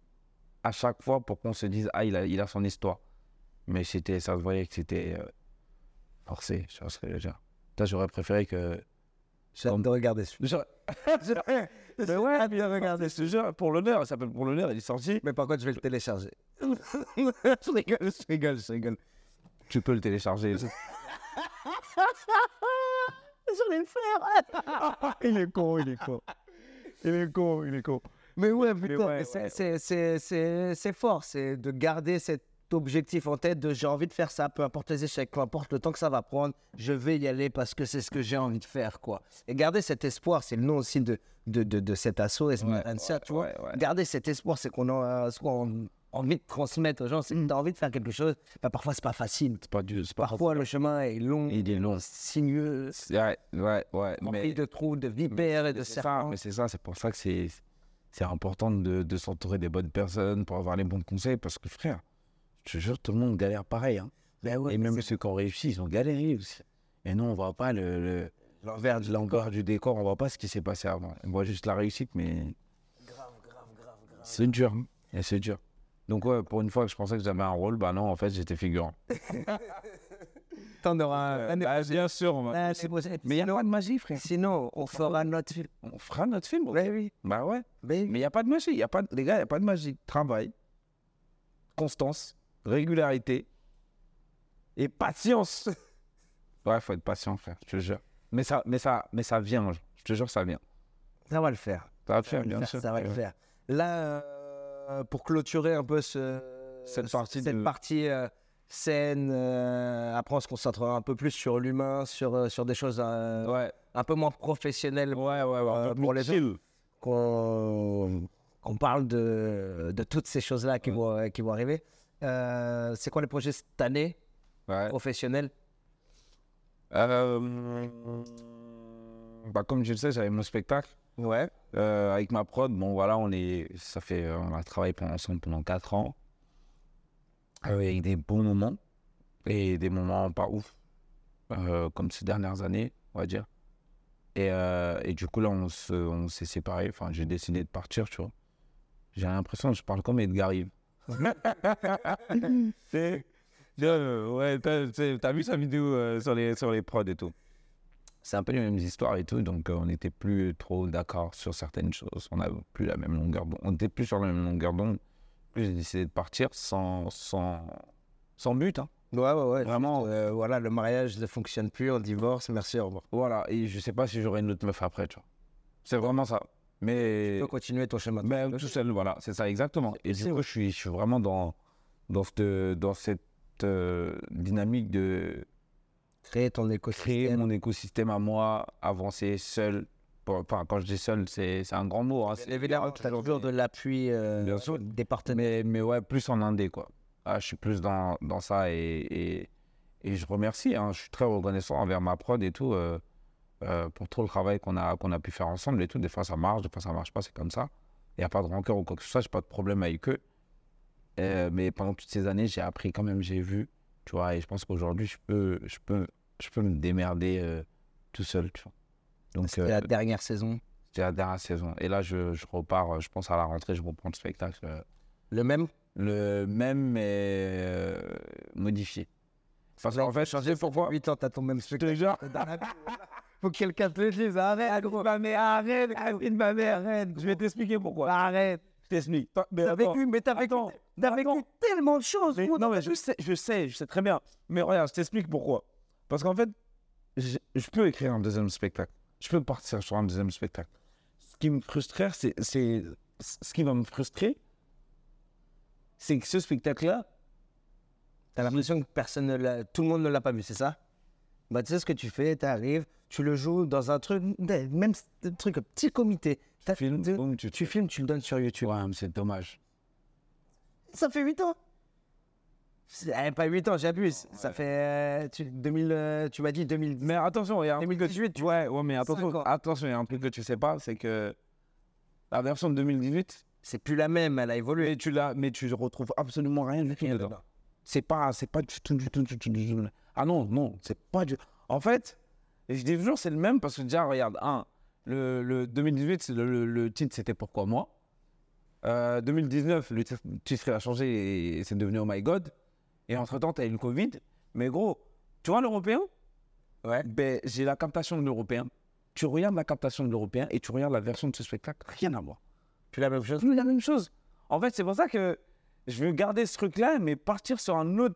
A: à chaque fois pour qu'on se dise ah il a, il a son histoire mais c'était ça se voyait que c'était euh, forcé je pense que déjà Putain, j'aurais préféré que
C: J'ai hâte de regarder (laughs) celui-là.
A: J'aurais- j'aurais- mais
C: Ah,
A: ouais bien regardé ce jeu pour l'honneur il s'appelle pour l'honneur il est sorti (laughs)
C: Mais par contre, je vais le télécharger. je rigole, je rigole, je rigole.
A: tu peux le télécharger
C: (laughs) Il est con, il est con. Il est con, il est con. Mais ouais, putain,
A: ouais,
C: mais
A: ouais,
C: c'est- c'est- c'est- c'est c'est fort, c'est de garder cet objectif en tête de j'ai envie de faire ça, peu importe les échecs, peu importe le temps que ça va prendre, je vais y aller parce que c'est ce que j'ai envie de faire, quoi. Et garder cet espoir, c'est le nom aussi de, de, de, de cet assaut, Esperanza, tu
A: (laughs)
C: vois.
A: ouais, ouais.
C: Garder cet espoir, c'est qu'on a ce qu'on a envie de transmettre aux gens, c'est que t'as envie de faire quelque chose, bah, parfois c'est pas facile.
A: c'est pas du c'est pas
C: Mm. Parfois le chemin est long,
A: il est long
C: sinueux,
A: ouais ouais ouais
C: rempli
A: mais
C: de trous, de vipères et de
A: c'est ça
C: serpents.
A: mais c'est ça c'est pour ça que c'est c'est important de, de s'entourer des bonnes personnes pour avoir les bons conseils parce que frère Je te jure, tout le monde galère pareil. hein.
C: Ben ouais,
A: Et
C: mais
A: même
C: c'est-
A: ceux qui ont réussi, ils ont galéré aussi. Et nous, on voit pas le- le- l'envers de l'encore du décor, on voit pas ce qui s'est passé avant. On voit juste la réussite, mais c'est dur. hein. Et c'est dur. Donc ouais, pour une fois que je pensais que j'avais un rôle, bah non, en fait, j'étais figurant.
C: t'en auras
H: Euh,
C: un.
H: bah, bien sûr, on va-
C: Ah, c'est possible.
A: ben, Mais il y en aura de magie, frère.
C: Sinon, on fera notre film.
A: On fera notre film.
C: Ouais, oui.
A: Bah ouais.
C: Mais
A: Mais il n'y a pas de magie. Y a pas de- Les gars, il n'y a pas de magie. Travail, constance, régularité et patience. (laughs) Ouais, faut être patient, frère, je te jure. Mais ça, mais ça, mais ça vient, je- je te jure, ça vient.
C: ça va le faire.
A: Ça va
C: Ça va
A: faire,
C: le
A: bien
C: faire,
A: sûr.
C: ça va le faire. Là, euh, pour clôturer un peu ce-
A: Cette
C: ce-
A: partie
C: cette
A: de-
C: partie, euh, scène, euh, après on se concentrera un peu plus sur l'humain, sur, euh, sur des choses euh,
A: Ouais,
C: un peu moins professionnelles.
A: ouais, ouais. ouais.
C: euh, pour les
H: chill.
C: Qu'on qu'on parle de, de toutes ces choses-là qui, vont, euh, qui vont arriver. Euh, C'est quoi les projets cette année
A: Ouais.
C: professionnels
A: Euh, bah, comme je le sais, j'avais mon spectacle.
C: Ouais.
A: Euh, avec ma prod, bon voilà, on est, ça fait, euh, on a travaillé pendant, ensemble pendant 4 ans, euh, avec des bons moments et des moments pas ouf, euh, comme ces dernières années, on va dire. Et, euh, et du coup là, on se- on s'est séparés. Enfin, j'ai décidé de partir, tu vois. J'ai l'impression que je parle comme Edgar Rive. (laughs)
H: C'est. Euh, ouais, t'as t'sais, t'as vu sa vidéo euh, sur, les, sur les prods et tout.
A: c'est un peu les mêmes histoires et tout, donc euh, on n'était plus trop d'accord sur certaines choses. On n'avait plus la même longueur d'onde. On n'était plus sur la même longueur d'onde. Du coup, J'ai décidé de partir sans, sans, sans but. hein.
C: Ouais, ouais, ouais.
A: Vraiment.
C: Euh, voilà, le mariage ne fonctionne plus, on divorce, merci, au revoir.
A: Voilà, et je sais pas si j'aurai une autre meuf après, tu vois. C'est vraiment ça. Mais.
C: Tu peux continuer ton chemin.
A: Ben, tout seul, voilà, c'est ça, exactement. Et du coup, je suis, je suis vraiment dans, dans cette, dans cette euh, dynamique de
C: Créer ton
A: créer
C: écosystème.
A: mon écosystème à moi, avancer seul. Pour- Enfin, quand je dis seul, c'est c'est un grand mot. hein, c'est-
C: Évidemment, tu as toujours de l'appui euh,
A: Bien sûr.
C: des
A: Mais,
C: partenaires.
A: mais ouais, plus en indé, quoi. Ah, je suis plus dans, dans ça et, et, et je remercie. hein. Je suis très reconnaissant envers ma prod et tout euh, euh, pour tout le travail qu'on a, qu'on a pu faire ensemble et tout. Des fois, ça marche, des fois, ça marche pas, c'est comme ça. Il n'y a pas de rancœur ou quoi que ce soit, j'ai pas de problème avec eux. Euh, mais pendant toutes ces années, j'ai appris quand même, j'ai vu, tu vois, et je pense qu'aujourd'hui, je peux, je, peux, je peux me démerder euh, tout seul, tu vois. Donc,
C: C'était
A: euh,
C: la dernière saison.
A: c'était la dernière saison. Et là, je, je repars, euh, je pense à la rentrée, je reprends le spectacle. euh,
C: Le même
A: le même mais euh, modifié. Parce qu'en fait, changer pourquoi
C: 8 ans, t'as ton même
H: Je te
C: spectacle.
H: jure,
C: Dans la- Faut que quelqu'un te le dise, arrête, gros.
H: ma mère, arrête,
C: Arrête, ma mère, arrête.
H: Je vais t'expliquer pourquoi.
C: Bah, Arrête.
H: Je t'explique. Toi- mais
C: T'as
H: attends.
C: vécu, mais t'as vécu,
H: Attends.
C: t'as vécu tellement de choses.
H: Mais-
C: gros.
H: non, mais je sais, je sais, je sais très bien. Mais regarde, je t'explique pourquoi. Parce qu'en fait,
A: je, je peux écrire un deuxième spectacle. Je peux partir sur un deuxième spectacle. Ce qui me frustrait, c'est, c'est ce qui va me frustrer, c'est que ce spectacle-là,
C: T'as l'impression que personne ne l'a- tout le monde ne l'a pas vu, c'est ça Bah, tu sais ce que tu fais, t'arrives, tu le joues dans un truc, ben, même un truc, un petit comité. T'as-
A: film,
C: tu-
A: boum, tu,
C: tu filmes, tu le donnes sur YouTube.
A: Ouais, mais c'est dommage.
C: Ça fait 8 ans. C'est- eh, pas 8 ans, j'abuse. Ça fait. euh, tu, 2000, euh, tu m'as dit 2000.
H: mais attention, il y a un truc que tu-
C: 2018, tu
H: Ouais, ouais, mais
C: Cinq
H: attention,
C: ans.
A: Attention, il y a un truc que tu sais pas, c'est que la version de 2018,
C: C'est plus la même, elle a évolué.
A: mais tu l'as, mais tu retrouves absolument rien du tout dedans. C'est pas, c'est pas du tout, du tout, du tout, du tout. Ah non, non, c'est pas du. En fait, je dis toujours c'est le même parce que déjà regarde, un, le, le 2018, c'est le, le- le titre c'était pourquoi moi. Euh, 2019, le titre, titre, il a changé et c'est devenu Oh My God. Et entre temps, t'as eu le Covid. Mais gros, tu vois l'européen Ouais. Ben j'ai la captation de l'européen. Tu regardes la captation de l'européen et tu regardes la version de ce spectacle, rien à voir.
C: Plus la même chose.
A: C'est la même chose. En fait, c'est pour ça que je veux garder ce truc-là, mais partir sur un autre.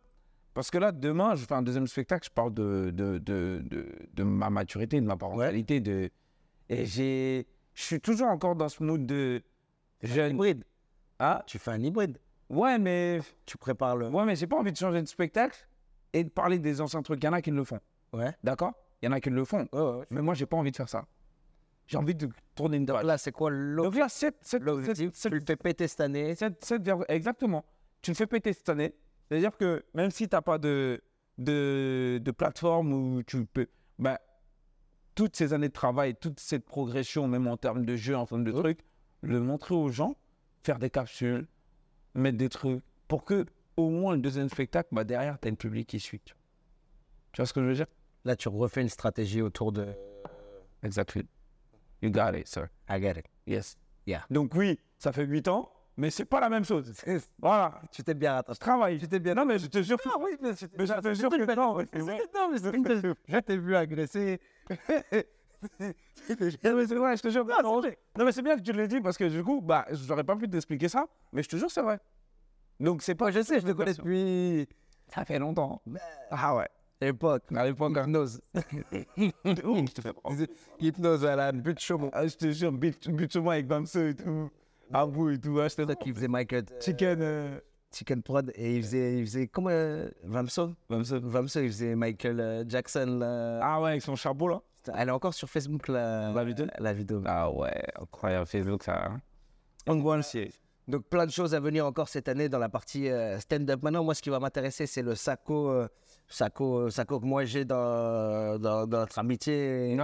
A: Parce que là, demain, je fais un deuxième spectacle, je parle de, de, de, de, de ma maturité, de ma parentalité. De... Et j'ai. Je suis toujours encore dans ce mood de jeune.
C: Hybride.
A: Ah,
C: Tu fais un hybride.
A: ouais, mais.
C: Tu prépares le.
A: Ouais, mais j'ai pas envie de changer de spectacle et de parler des anciens trucs. Il y en a qui le font.
C: Ouais.
A: D'accord Il y en a qui le font. Mais moi, j'ai pas envie de faire ça. J'ai envie de tourner une page.
C: Là, c'est quoi
A: Donc
C: l'objectif
A: là, cette, cette, cette,
C: Tu
A: cette-
C: le fais péter cette année.
A: Et
C: Tu
A: cette- cette ver- exactement. Tu le fais péter cette année. C'est-à-dire que même si tu n'as pas de, de, de plateforme où tu peux. Bah, toutes ces années de travail, toute cette progression, même en termes de jeu, en termes de trucs, le montrer aux gens, faire des capsules, mettre des trucs, pour que
B: au moins le deuxième spectacle, bah derrière, t'as le public qui suit. Tu vois ce que je veux dire
C: Là, tu refais une stratégie autour de.
B: Exactly. You got it, sir.
C: I get it.
B: Yes.
C: Yeah.
A: Donc oui, ça fait 8 ans, mais c'est pas la même chose. Voilà,
C: Tu t'es bien rattrapé.
A: je travaille.
C: t'es bien.
A: Non, mais je te jure,
C: Ah oui, mais tu t'es-
A: mais je te jure
C: tu t'es
A: que
C: bien-
A: non.
C: C'est-
A: ouais.
C: (laughs) Non, mais c'est une de- Je t'ai vu agressé.
A: Non, mais c'est vrai, je te jure. Non, non, mais c'est bien que tu l'aies dit parce que du coup, bah, j'aurais pas pu t'expliquer ça, mais je te jure, c'est vrai. Donc c'est pas.
C: Moi, je sais, je te connais depuis
B: Ça fait longtemps.
A: Ah ouais.
C: l'époque.
B: À l'époque, hypnose.
A: je te fais
C: Oh. Hypnose, Alan, but de chaumont.
A: Ah, je te jure, but- bute-moi avec Bamso et tout. Ah bout et tout. Ah, je te
C: C'est ça qu'il faisait Michael. euh,
A: Chicken. euh,
C: Chicken Prod. Et il faisait. Il faisait comment euh, Vamso
A: Bamso.
C: Vamso, il faisait Michael euh, Jackson. Là.
A: Ah ouais, avec son charbon là.
C: Elle est encore sur Facebook, la,
A: La vidéo
C: la vidéo.
B: Ah ouais, incroyable Facebook,
A: hein.
B: ça.
A: On voit le
C: Donc plein de choses à venir encore cette année dans la partie euh, stand-up. Maintenant, moi, ce qui va m'intéresser, c'est le saco, euh, saco, euh, saco que moi j'ai dans, dans, dans notre amitié et,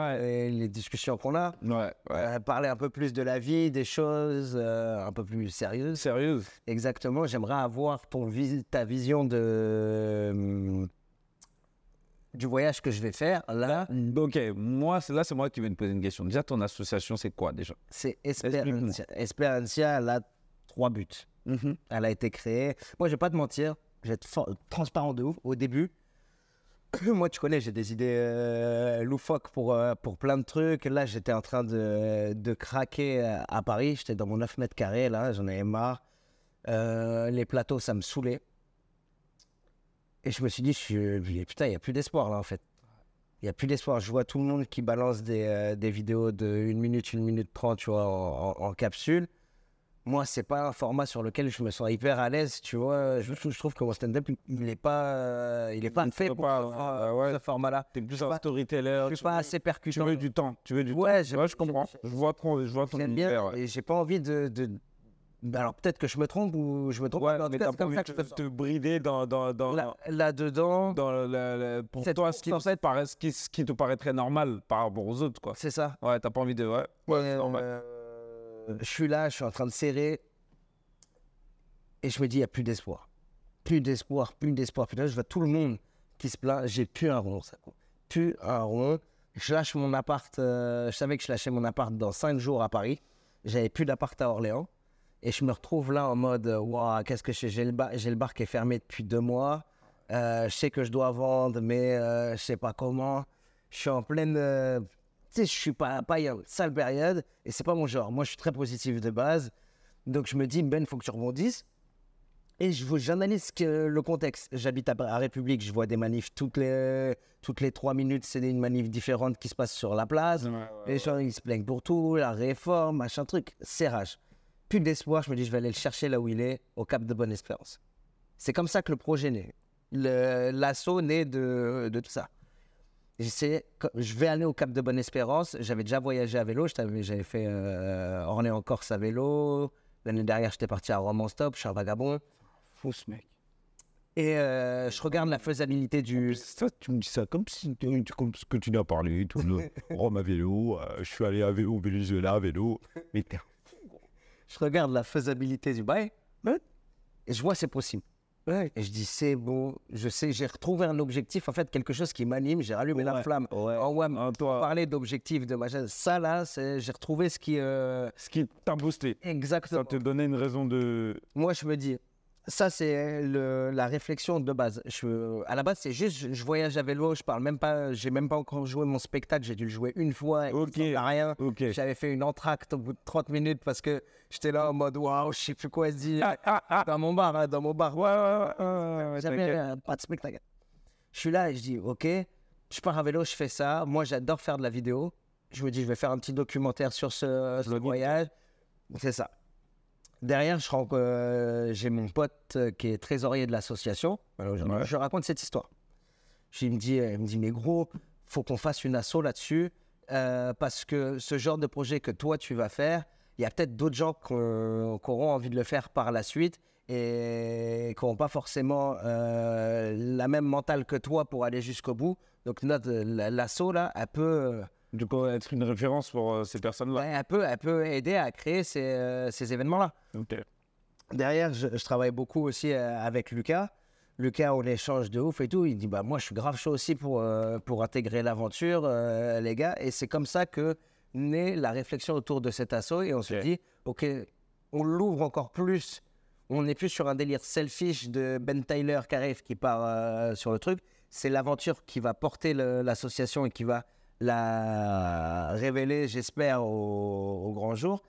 C: et les discussions qu'on a.
B: Ouais, ouais.
C: Euh, parler un peu plus de la vie, des choses euh, un peu plus sérieuses.
A: Sérieuse.
C: Exactement, j'aimerais avoir ton vis- ta vision de, euh, du voyage que je vais faire. Là,
B: Ok, moi, c'est- là, c'est moi qui vais te poser une question. Déjà, ton association, c'est quoi déjà
C: c'est
B: Explique-moi.
C: Esperancia. Esperancia, elle a trois buts. Elle a été créée. Moi, je vais pas te mentir, je vais être for- transparent de ouf. Au début, (clears throat) moi, tu connais, j'ai des idées euh, loufoques pour, euh, pour plein de trucs. Là, j'étais en train de, de craquer euh, à Paris. J'étais dans mon 9 mètres carrés, là, j'en avais marre. Euh, les plateaux, ça me saoulait. Et je me suis dit, je suis- putain, il n'y a plus d'espoir, là, en fait. Il n'y a plus d'espoir. Je vois tout le monde qui balance des, euh, des vidéos de 1 minute, 1 minute 30, tu vois, en, en- en capsule. Moi, c'est pas un format sur lequel je me sens hyper à l'aise, tu vois. Je, je trouve que mon stand-up, il n'est pas, euh, il est pas fait pour
A: pas,
C: ce, for-
A: euh, ouais.
C: ce format-là.
A: T'es plus
C: Je sais
A: un
C: pas.
A: storyteller.
C: Bah, Je
A: tu
C: suis pas
A: veux-
C: assez
A: Tu
C: percutant.
A: veux du temps. Tu veux du temps.
C: Ouais, je-
A: Ouais, je comprends. Je vois trop. Je vois ton
C: J'aime bien euh,
A: univers, ouais.
C: et j'ai pas envie de. de- Ben Alors peut-être que je me trompe ou je me trompe.
A: Ouais,
C: mais en tout
A: mais
C: cas,
A: t'as
C: c'est
A: pas
C: comme
A: envie
C: ça que
A: de
C: je te
A: te briller dans, dans, dans,
C: sens. Là- Là-dedans,
A: dans le- le- le- pour
C: Cette
A: toi, ce qui,
C: course, en
A: te paraît- ce qui, ce qui te paraîtrait normal par rapport aux autres, quoi.
C: c'est ça.
A: Ouais, t'as pas envie de. Ouais, ouais
C: Et,
A: c'est normal.
C: euh, je suis là, je suis en train de serrer. Et je me dis, il n'y a plus d'espoir. Plus d'espoir, plus d'espoir. Puis là, je vois tout le monde qui se plaint. J'ai plus un rond, ça compte. Plus un rond. Je lâche mon appart. euh, je savais que je lâchais mon appart dans 5 jours à Paris. J'avais plus d'appart à Orléans. Et je me retrouve là en mode, euh, Ouah, qu'est-ce que je fais j'ai le, bar, j'ai le bar qui est fermé depuis deux mois. Euh, je sais que je dois vendre, mais euh, je sais pas comment. Je suis en pleine. euh, tu sais, je suis pas, pas il y a une sale période et c'est pas mon genre. Moi, je suis très positif de base. Donc, je me dis, Ben, faut que tu rebondisses. Et je vous- j'analyse que le contexte. J'habite à, à République, je vois des manifs toutes les, toutes les trois minutes. C'est une manif différente qui se passe sur la place.
A: Ah.
C: Les gens, ils se plaignent pour tout, la réforme, machin truc. Serrage. Plus d'espoir, je me dis, je vais aller le chercher là où il est, au Cap de Bonne-Espérance. C'est comme ça que le projet naît. Le- L'assaut naît de, de tout ça. J'essayais- co- je vais aller au Cap de Bonne-Espérance. J'avais déjà voyagé à vélo. je t'avais- J'avais fait euh, Orléans-Corse à vélo. L'année dernière, j'étais parti à Rome en stop. Je suis un vagabond.
B: Fou, ce mec.
C: Et euh, je regarde la faisabilité du.
I: Ça, tu me dis ça comme si tu- comme ce que tu as parlé, tout
C: (laughs)
I: le Rome à vélo, euh, je suis allé à vélo, au Venezuela à vélo, mais t'es un
C: je regarde la faisabilité du bail et je vois c'est possible. Et je dis c'est bon, je sais, j'ai retrouvé un objectif, en fait quelque chose qui m'anime, j'ai rallumé la flamme. En WAM,
A: Hein, toi,
C: parler d'objectifs, de machin, ça là, c'est- j'ai retrouvé ce qui... euh,
A: ce qui t'a boosté. Ça
C: Exactement.
A: te donnait une raison de.
C: Moi je me dis, ça c'est le- la réflexion de base. Je, à la base c'est juste, je, je voyage à vélo, je parle même pas, j'ai même pas encore joué mon spectacle, j'ai dû le jouer une fois, et
A: Ok.
C: ça sert à rien.
A: Ok.
C: J'avais fait une entracte au bout de 30 minutes parce que j'étais là en mode waouh, je sais plus quoi dire.
A: Ah, ah, ah.
C: Dans mon bar, hein, dans mon bar.
A: Ouais, ouais, ouais, ouais, ouais, ouais,
C: J'avais
A: t'inquiète.
C: euh, pas de spectacle. Je suis là et je dis ok, je pars à vélo, je fais ça. Moi, j'adore faire de la vidéo. Je me dis, je vais faire un petit documentaire sur ce, ce
A: Vlogging.
C: voyage. C'est ça. Derrière, je rencontre- euh, j'ai mon pote euh, qui est trésorier de l'association. Voilà, aujourd'hui,
A: Ouais.
C: Je raconte cette histoire. Je- Il me dit, euh, il me dit, mais gros, faut qu'on fasse une asso là-dessus euh, parce que ce genre de projet que toi tu vas faire, il y a peut-être d'autres gens qu'on- qui auront envie de le faire par la suite et qui n'auront pas forcément euh, la même mentale que toi pour aller jusqu'au bout. Donc notre la- l'asso là, elle peut euh,
A: Du coup, être une référence pour euh, ces personnes-là.
C: Ouais, elle, peut, elle peut aider à créer ces, euh, ces événements-là.
A: Ok.
C: derrière, je, je travaille beaucoup aussi euh, avec Lucas. Lucas, on échange de ouf et tout. Il dit bah moi, je suis grave chaud aussi pour euh, pour intégrer l'aventure, euh, les gars. Et c'est comme ça que naît la réflexion autour de cet assaut. Et on se
A: Ok.
C: dit ok, on l'ouvre encore plus. On n'est plus sur un délire selfish de Ben Tyler qui arrive, qui part euh, sur le truc. C'est l'aventure qui va porter le- l'association et qui va la révéler, j'espère, au, au grand jour.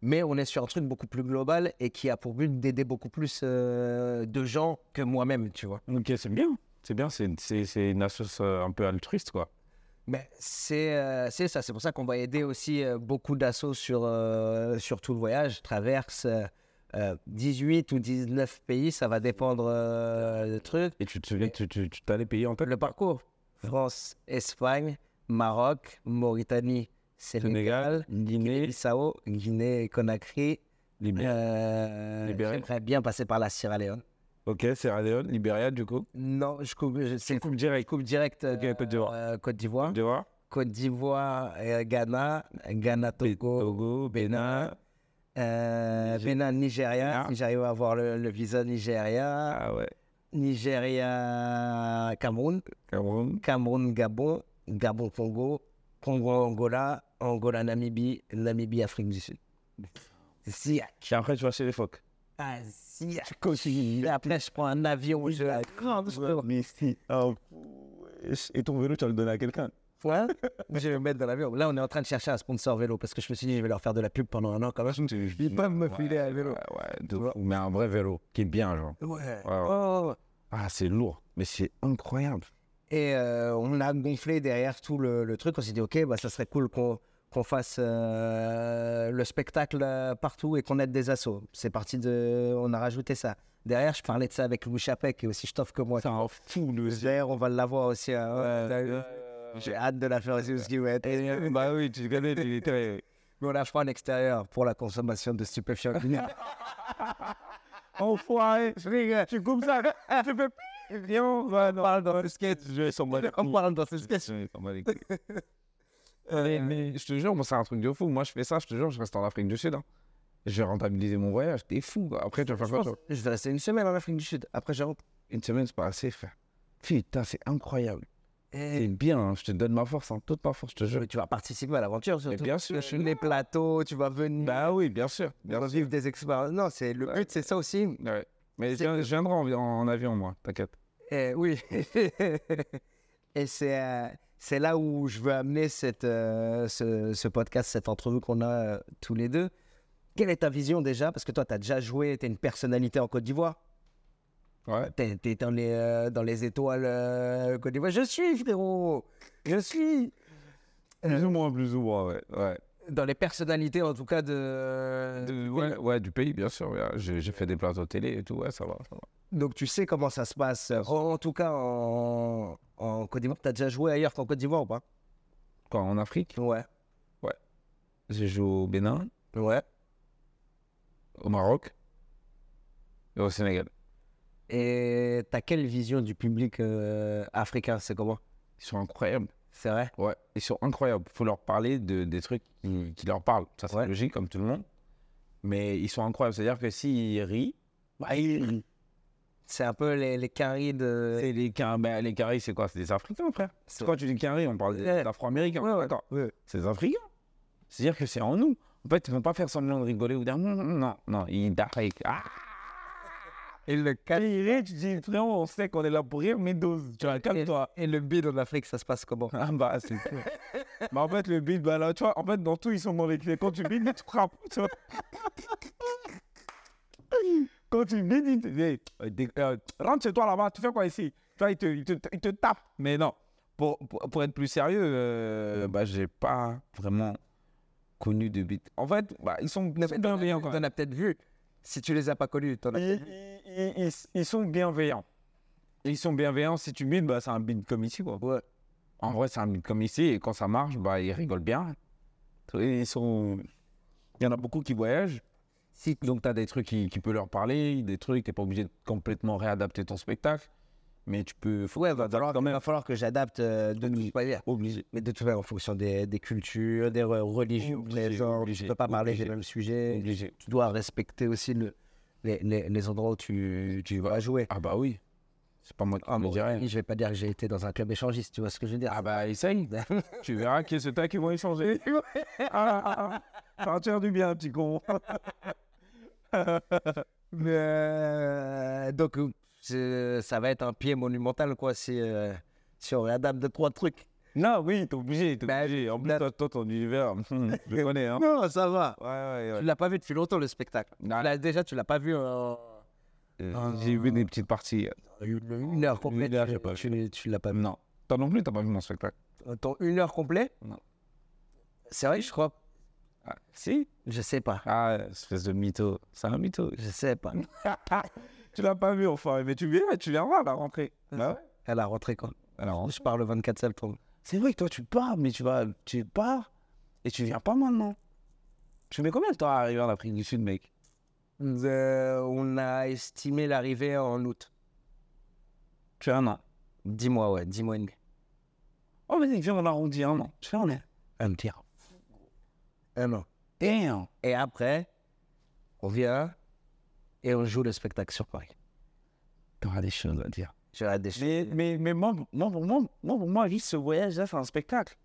C: Mais on est sur un truc beaucoup plus global et qui a pour but d'aider beaucoup plus euh, de gens que moi-même, tu vois.
A: Ok, c'est bien. C'est bien, c'est- c'est c'est une assoce euh, un peu altruiste, quoi.
C: Mais c'est euh, c'est ça, c'est pour ça qu'on va aider aussi euh, beaucoup d'assauts sur, euh, sur tout le voyage, traverse euh, euh, 18 ou 19 pays, ça va dépendre euh, du truc.
A: Et tu te souviens que tu- tu tu t'allais payer en tête
C: Le parcours France, Espagne, Maroc, Mauritanie, Sénégal,
A: Guinée,
C: Bissau, Guinée-Conakry.
A: Libéria.
C: Euh,
A: Libéré.
C: J'aimerais bien passer par la Sierra Leone.
A: Ok, Sierra Leone, Libéria, du coup.
C: Non, je coupe, je- c'est
A: Coupe direct.
C: coupe directe. euh,
A: Côte d'Ivoire.
C: euh, Côte d'Ivoire.
A: Côte d'Ivoire,
C: Côte d'Ivoire, euh, Ghana, Ghana, Togo,
A: Togo, Bénin.
C: euh, Bénin, Nigeria.
A: Nigeria.
C: Si j'arrive à avoir le, le visa Nigeria,
A: Ah ouais.
C: Nigeria, Cameroun,
A: Cameroun.
C: Cameroun, Gabon, Gabon, Congo, Congo, Angola, Angola, Namibie, Namibie, Afrique du Sud. Ziac.
A: Et après, tu vas chez les phoques.
C: Ah, ziac. Et Après, je prends un avion. Je... Grande
I: Mais si. ah,
A: Et ton vélo, tu vas le donner à quelqu'un.
C: Ouais. Je vais me mettre dans l'avion. Là, on est en train de chercher un sponsor vélo parce que je me suis dit, je vais leur faire de la pub pendant un an quand même. Ils peuvent me filer un vélo.
I: Ouais, ouais, de fou. Mais un vrai vélo qui est bien, genre.
C: Ouais.
I: Ouais, ouais.
C: Oh.
I: Ah, c'est lourd. Mais c'est incroyable.
C: Et euh, on a gonflé derrière tout le, le truc. On s'est dit, OK, bah, ça serait cool qu'on qu'on fasse euh, le spectacle euh, partout et qu'on aide des assos. C'est parti de. On a rajouté ça. Derrière, je parlais de ça avec Louis Chapet, qui est aussi ch'tof que moi.
A: C'est un fou, le
C: D'ailleurs, on va l'avoir aussi. hein.
B: Euh,
A: Ouais.
C: J'ai hâte de la faire aussi, parce qu'il va être-
A: Et, euh, bah oui, tu connais, tu
B: (laughs)
A: es très.
C: Mais on la fera en extérieur pour la consommation de stupéfiants.
A: Enfoiré Je rigole Tu coupes ça Tu peux Viens, on va parle dans le skate. Je vais s'en battre.
B: Mm.
C: on parle dans ce sketch.
B: (laughs)
A: Mais,
B: Euh, Mais je te jure, moi, c'est un truc de fou. Moi, je fais ça, je te jure, je reste en Afrique du Sud. hein. Je vais rentabiliser mon voyage. T'es fou. quoi. Après, tu vas faire
C: Je
B: quoi
C: pense
B: toi
C: que Je vais rester une semaine en Afrique du Sud. Après, je rentre.
B: Une semaine, c'est pas assez. frère. Putain, c'est incroyable.
C: Et...
B: C'est bien. hein. Je te donne ma force, hein. toute ma force, je te jure.
C: Mais tu vas participer à l'aventure, surtout.
B: bien sûr,
C: Euh,
B: je suis
C: les plateaux, tu vas venir,
B: Bah oui, bien sûr.
C: tu vas
B: Bien sûr.
C: vivre des expériences. Non, c'est le but, c'est ça aussi.
B: Ouais. Mais je
C: C'est-
B: viens- je viendrai en, en avion, moi, t'inquiète.
C: Eh oui. (laughs) Et c'est euh, c'est là où je veux amener cette, euh, ce, ce podcast, cette entrevue qu'on a euh, tous les deux. Quelle est ta vision déjà Parce que toi, tu as déjà joué, tu es une personnalité en Côte d'Ivoire.
B: Ouais.
C: T'es t'es dans, les, euh, dans les étoiles euh, Côte d'Ivoire. Je suis, frérot Je suis
B: Plus ou moins, plus ou moins, ouais. Ouais,
C: Dans les personnalités, en tout cas, de...
B: De- ouais, ouais, du pays, bien sûr. ouais. J'ai j'ai fait des plateaux télé et tout, ouais, ça va. ça va.
C: Donc tu sais comment ça se passe. En, en tout cas, en, en Côte d'Ivoire, t'as déjà joué ailleurs qu'en Côte d'Ivoire ou pas
B: Quand en Afrique,
C: Ouais.
B: j'ai joué au Bénin,
C: Ouais.
B: au Maroc et au Sénégal.
C: Et t'as quelle vision du public euh, africain C'est comment
B: Ils sont incroyables.
C: C'est vrai
B: Ouais, ils sont incroyables. Faut leur parler de, des trucs qui, qui leur parlent. Ça, c'est
C: Ouais.
B: logique, comme tout le monde. Mais ils sont incroyables. C'est-à-dire que s'ils rient, bah, ils rient.
C: (clears throat) C'est un peu les, les caries de...
B: C'est les, Car- bah, les Caraïbes, c'est quoi C'est des Africains, frère.
C: Euh, C'est-
B: Quand tu dis Caraïbes, on parle des-
C: Ouais.
B: d'Afro-Américains.
C: Ouais, ouais.
B: D'accord.
C: Ouais.
B: C'est des Africains. C'est-à-dire que c'est en nous. En fait, ils vont pas faire semblant de rigoler ou dire non, non, non, non, ils darrent. Ah
C: Et le, cal-
A: il rit, tu dis, frérot, on sait qu'on est là pour rire, mais dose. Tu vois, calme-toi.
C: et le bide en Afrique, ça se passe
B: (laughs)
C: comment
B: Ah bah, c'est cool.
A: Mais en fait, le beat, bah là, tu vois, en fait, dans tout, ils sont dans les clés. Quand tu bides, tu frappes. Tu vois. Quand tu bides, ils te disent, eh, dé- euh, rentre chez toi là-bas, tu fais quoi ici Tu vois, ils te, ils te, ils te tapent.
B: Mais non, pour, pour, pour être plus sérieux, euh, bah, j'ai pas vraiment connu de beat. En fait, bah, ils sont
C: Non, mais
B: c'est
C: t'en as-
B: bienveillants quand même.
C: T'en as peut-être vu. Si tu les as pas connus, t'en as...
A: Ils, ils- ils- ils sont bienveillants.
B: Ils sont bienveillants. Si tu bides, bah, c'est un beat comme ici, quoi. En vrai, c'est un beat comme ici. Et quand ça marche, bah, ils rigolent bien. Ils sont... Il y en a beaucoup qui voyagent. Si, donc, tu as des trucs qui, qui peuvent leur parler, des trucs, tu pas obligé de complètement réadapter ton spectacle. Mais tu peux... Faut
C: Ouais,
B: que tu
C: va
B: t'adaptes
C: falloir,
B: quand même.
C: va falloir que j'adapte euh, de toute manière.
B: Obligé.
C: Mais de toute manière, en fonction des, des cultures, des re- religions,
B: Obligé,
C: des ordres, tu
B: obligé,
C: ne peux pas parler des
B: obligé,
C: mêmes sujets.
B: Obligé.
C: Tu dois respecter aussi le, les, les, les endroits où tu, tu vas jouer.
B: Ah bah oui. C'est pas moi qui
C: Ah,
B: me
C: bon,
B: dirais.
C: Je vais pas dire que j'ai été dans un club échangiste, tu vois ce que je veux dire.
B: Ah bah essaye.
A: Tu verras qui c'est toi qui vont échanger. ah, partir du bien, petit con.
C: (laughs) Mais, euh, donc, euh, c'est- ça va être un pied monumental, quoi, si, euh, si on réadapte deux, trois trucs.
A: Non, oui, t'es obligé, t'es
C: Bah,
A: obligé. En plus,
C: la-
A: toi, toi, ton univers, (laughs) hum, je le connais, hein.
C: Non, ça va.
A: Ouais, ouais, ouais.
C: Tu l'as pas vu depuis longtemps, le spectacle. Tu
A: Non.
C: l'as- déjà, tu l'as pas vu en
A: Euh, J'ai vu des petites parties.
B: euh,
C: une heure complète.
A: heure,
C: tu-
A: j'ai pas
C: tu tu l'as pas vu.
A: Non. Toi non plus, t'as pas vu mon spectacle.
C: Euh, Ton une heure complète
A: Non.
C: C'est vrai, je crois.
A: Ah, si
C: Je sais pas.
A: Ah, espèce de mytho. C'est un mytho.
C: Je sais pas.
A: (laughs) tu l'as pas vu, enfin, mais tu viens, tu viendras à la rentrée. Bah ouais.
C: À la rentrée, quand
A: À la rentrée.
C: Je pars le 24 septembre.
B: C'est vrai que toi tu pars, mais tu vas, tu pars et tu viens pas maintenant. Tu mets combien de temps à arriver en Afrique du Sud, mec
C: Euh, on a estimé l'arrivée en août.
B: Tu fais un an.
C: 10 mois, ouais, 10 mois et demi.
B: Oh mais viens, on arrondit un an. Tu fais un an. Un petit an.
C: Un an.
B: Damn.
C: Et après, on vient et on joue le spectacle sur Paris.
B: T'auras des choses à dire.
C: J'aurai des
B: Mais, mais, mais moi, moi, pour moi, moi, pour moi, juste ce voyage-là, c'est un spectacle.